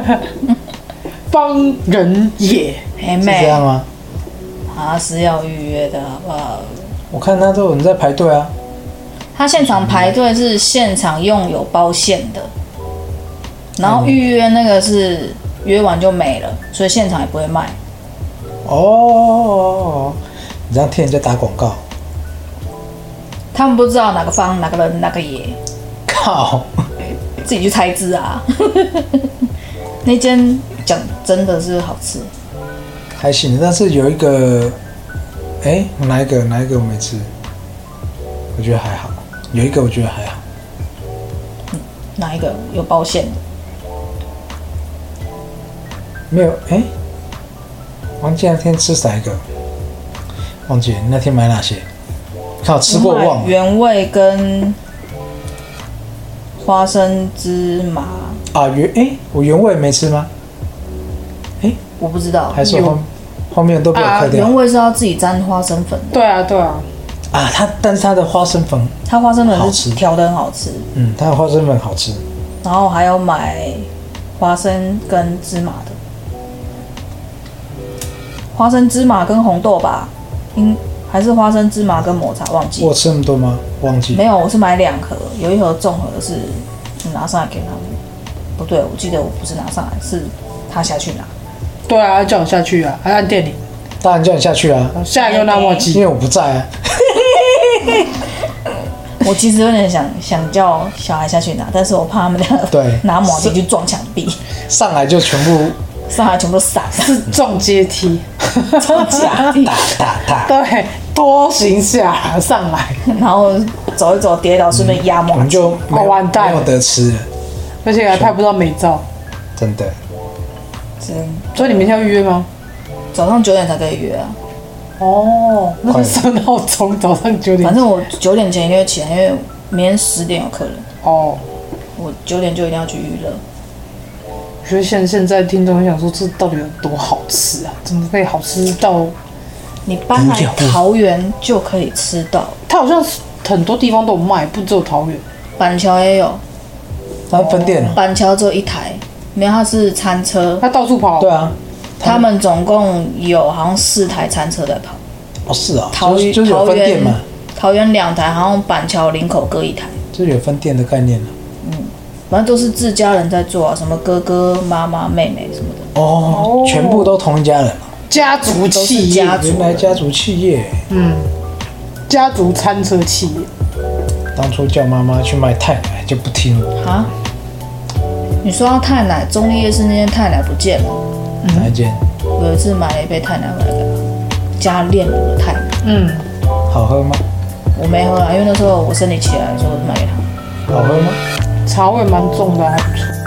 C: 方人也，
D: 嘿
B: 是这
D: 妹，
B: 样吗？
D: 他是要预约的好不好？
B: 我看他都有人在排队啊，
D: 他现场排队是现场用有包线的，然后预约那个是约完就没了，所以现场也不会卖。
B: 哦，你这样替人家打广告，
D: 他们不知道哪个方哪个人哪个野，
B: 靠，
D: 自己去猜字啊。 那间讲真的是好吃，
B: 还行，但是有一个，哎，哪一个哪一个我没吃，我觉得还好，有一个我觉得还好，
D: 哪一个有包馅的？
B: 没有，哎，忘记那天吃哪一个，忘记了那天买哪些，靠，吃过忘了
D: 原味跟花生芝麻，
B: 啊原哎我原味没吃吗？
D: 我不知道。
B: 还是我后后面都被我
C: 啊
B: 喝掉
D: 原味是要自己沾花生粉的，
C: 对啊，对啊，
B: 啊？它但是它的花生粉，
D: 它花生
B: 好
D: 粉
B: 吃
D: 是调的很好吃，
B: 嗯，它的花生粉好吃，
D: 然后还有买花生跟芝麻的，花生芝麻跟红豆吧，应还是花生芝麻跟抹茶，忘记
B: 我吃那么多吗？忘记
D: 没有，我是买两盒，有一盒综合的是你拿上来给他们，不对，我记得我不是拿上来，是他下去拿。
C: 对啊，叫我下去啊，还按店里，
B: 当然叫你下去啊，
C: 下一个那么
B: 因
C: 急，
B: 为我不在啊。
D: 我其实有点想 想叫小孩下去拿，但是我怕他们俩
B: 对
D: 拿抹巾去撞墙壁，
B: 上来就全部
D: 上来全部都散了。
C: 是重阶梯，
B: 打打打，
C: 对，多行下上来，
D: 然后走一走跌倒，顺便压
B: 我
D: 抹
B: 们嗯
D: 巾。
B: 就没有
C: 哦完蛋
B: 没有得吃了。
C: 而且还拍不到美照，
B: 真的。
D: 真
C: 所以你明天要预约吗？
D: 早上九点才可以约啊。
B: 嗯
C: 哦，那就设 闹钟，早上九点。
D: 反正我九点前一定会起来，因为明天十点有客人，
C: 哦，
D: 我九点就一定要去娱乐。
C: 我觉得现现在听众想说这到底有多好吃啊？怎么可以好吃到？
D: 你搬来桃园就可以吃到，
C: 它好像是很多地方都有卖，不只有桃园。
D: 板桥也有，
B: 然后分店哦，
D: 板桥只有一台，没有它是餐车，
C: 它到处
D: 哦
C: 跑。
B: 对啊，
D: 他们总共有好像四台餐车在跑。
B: 哦是啊，
D: 桃
B: 就是就是有
D: 桃
B: 分店
D: 园
B: 嘛，
D: 桃园两台，好像板桥林口各一台，
B: 就是有分店的概念了。
D: 反正都是自家人在做啊，什么哥哥、妈妈、妹妹什么的，
B: 哦，全部都同一家人啊，
C: 家族
D: 都是
C: 企业，
D: 家族
B: 原来家族企业，
C: 家族餐车企业，
B: 当初叫妈妈去卖太奶就不听我，
D: 啊。你说到太奶，中立夜市那间太奶不见了。
B: 哪一间
D: 有一次买了一杯太奶回来干嘛？加炼乳的太奶，
C: 嗯，
B: 好喝吗？
D: 我没喝啊，因为那时候我生理期来，所以我就买给他。
B: 好喝吗？
C: 茶味蛮重的，还不错。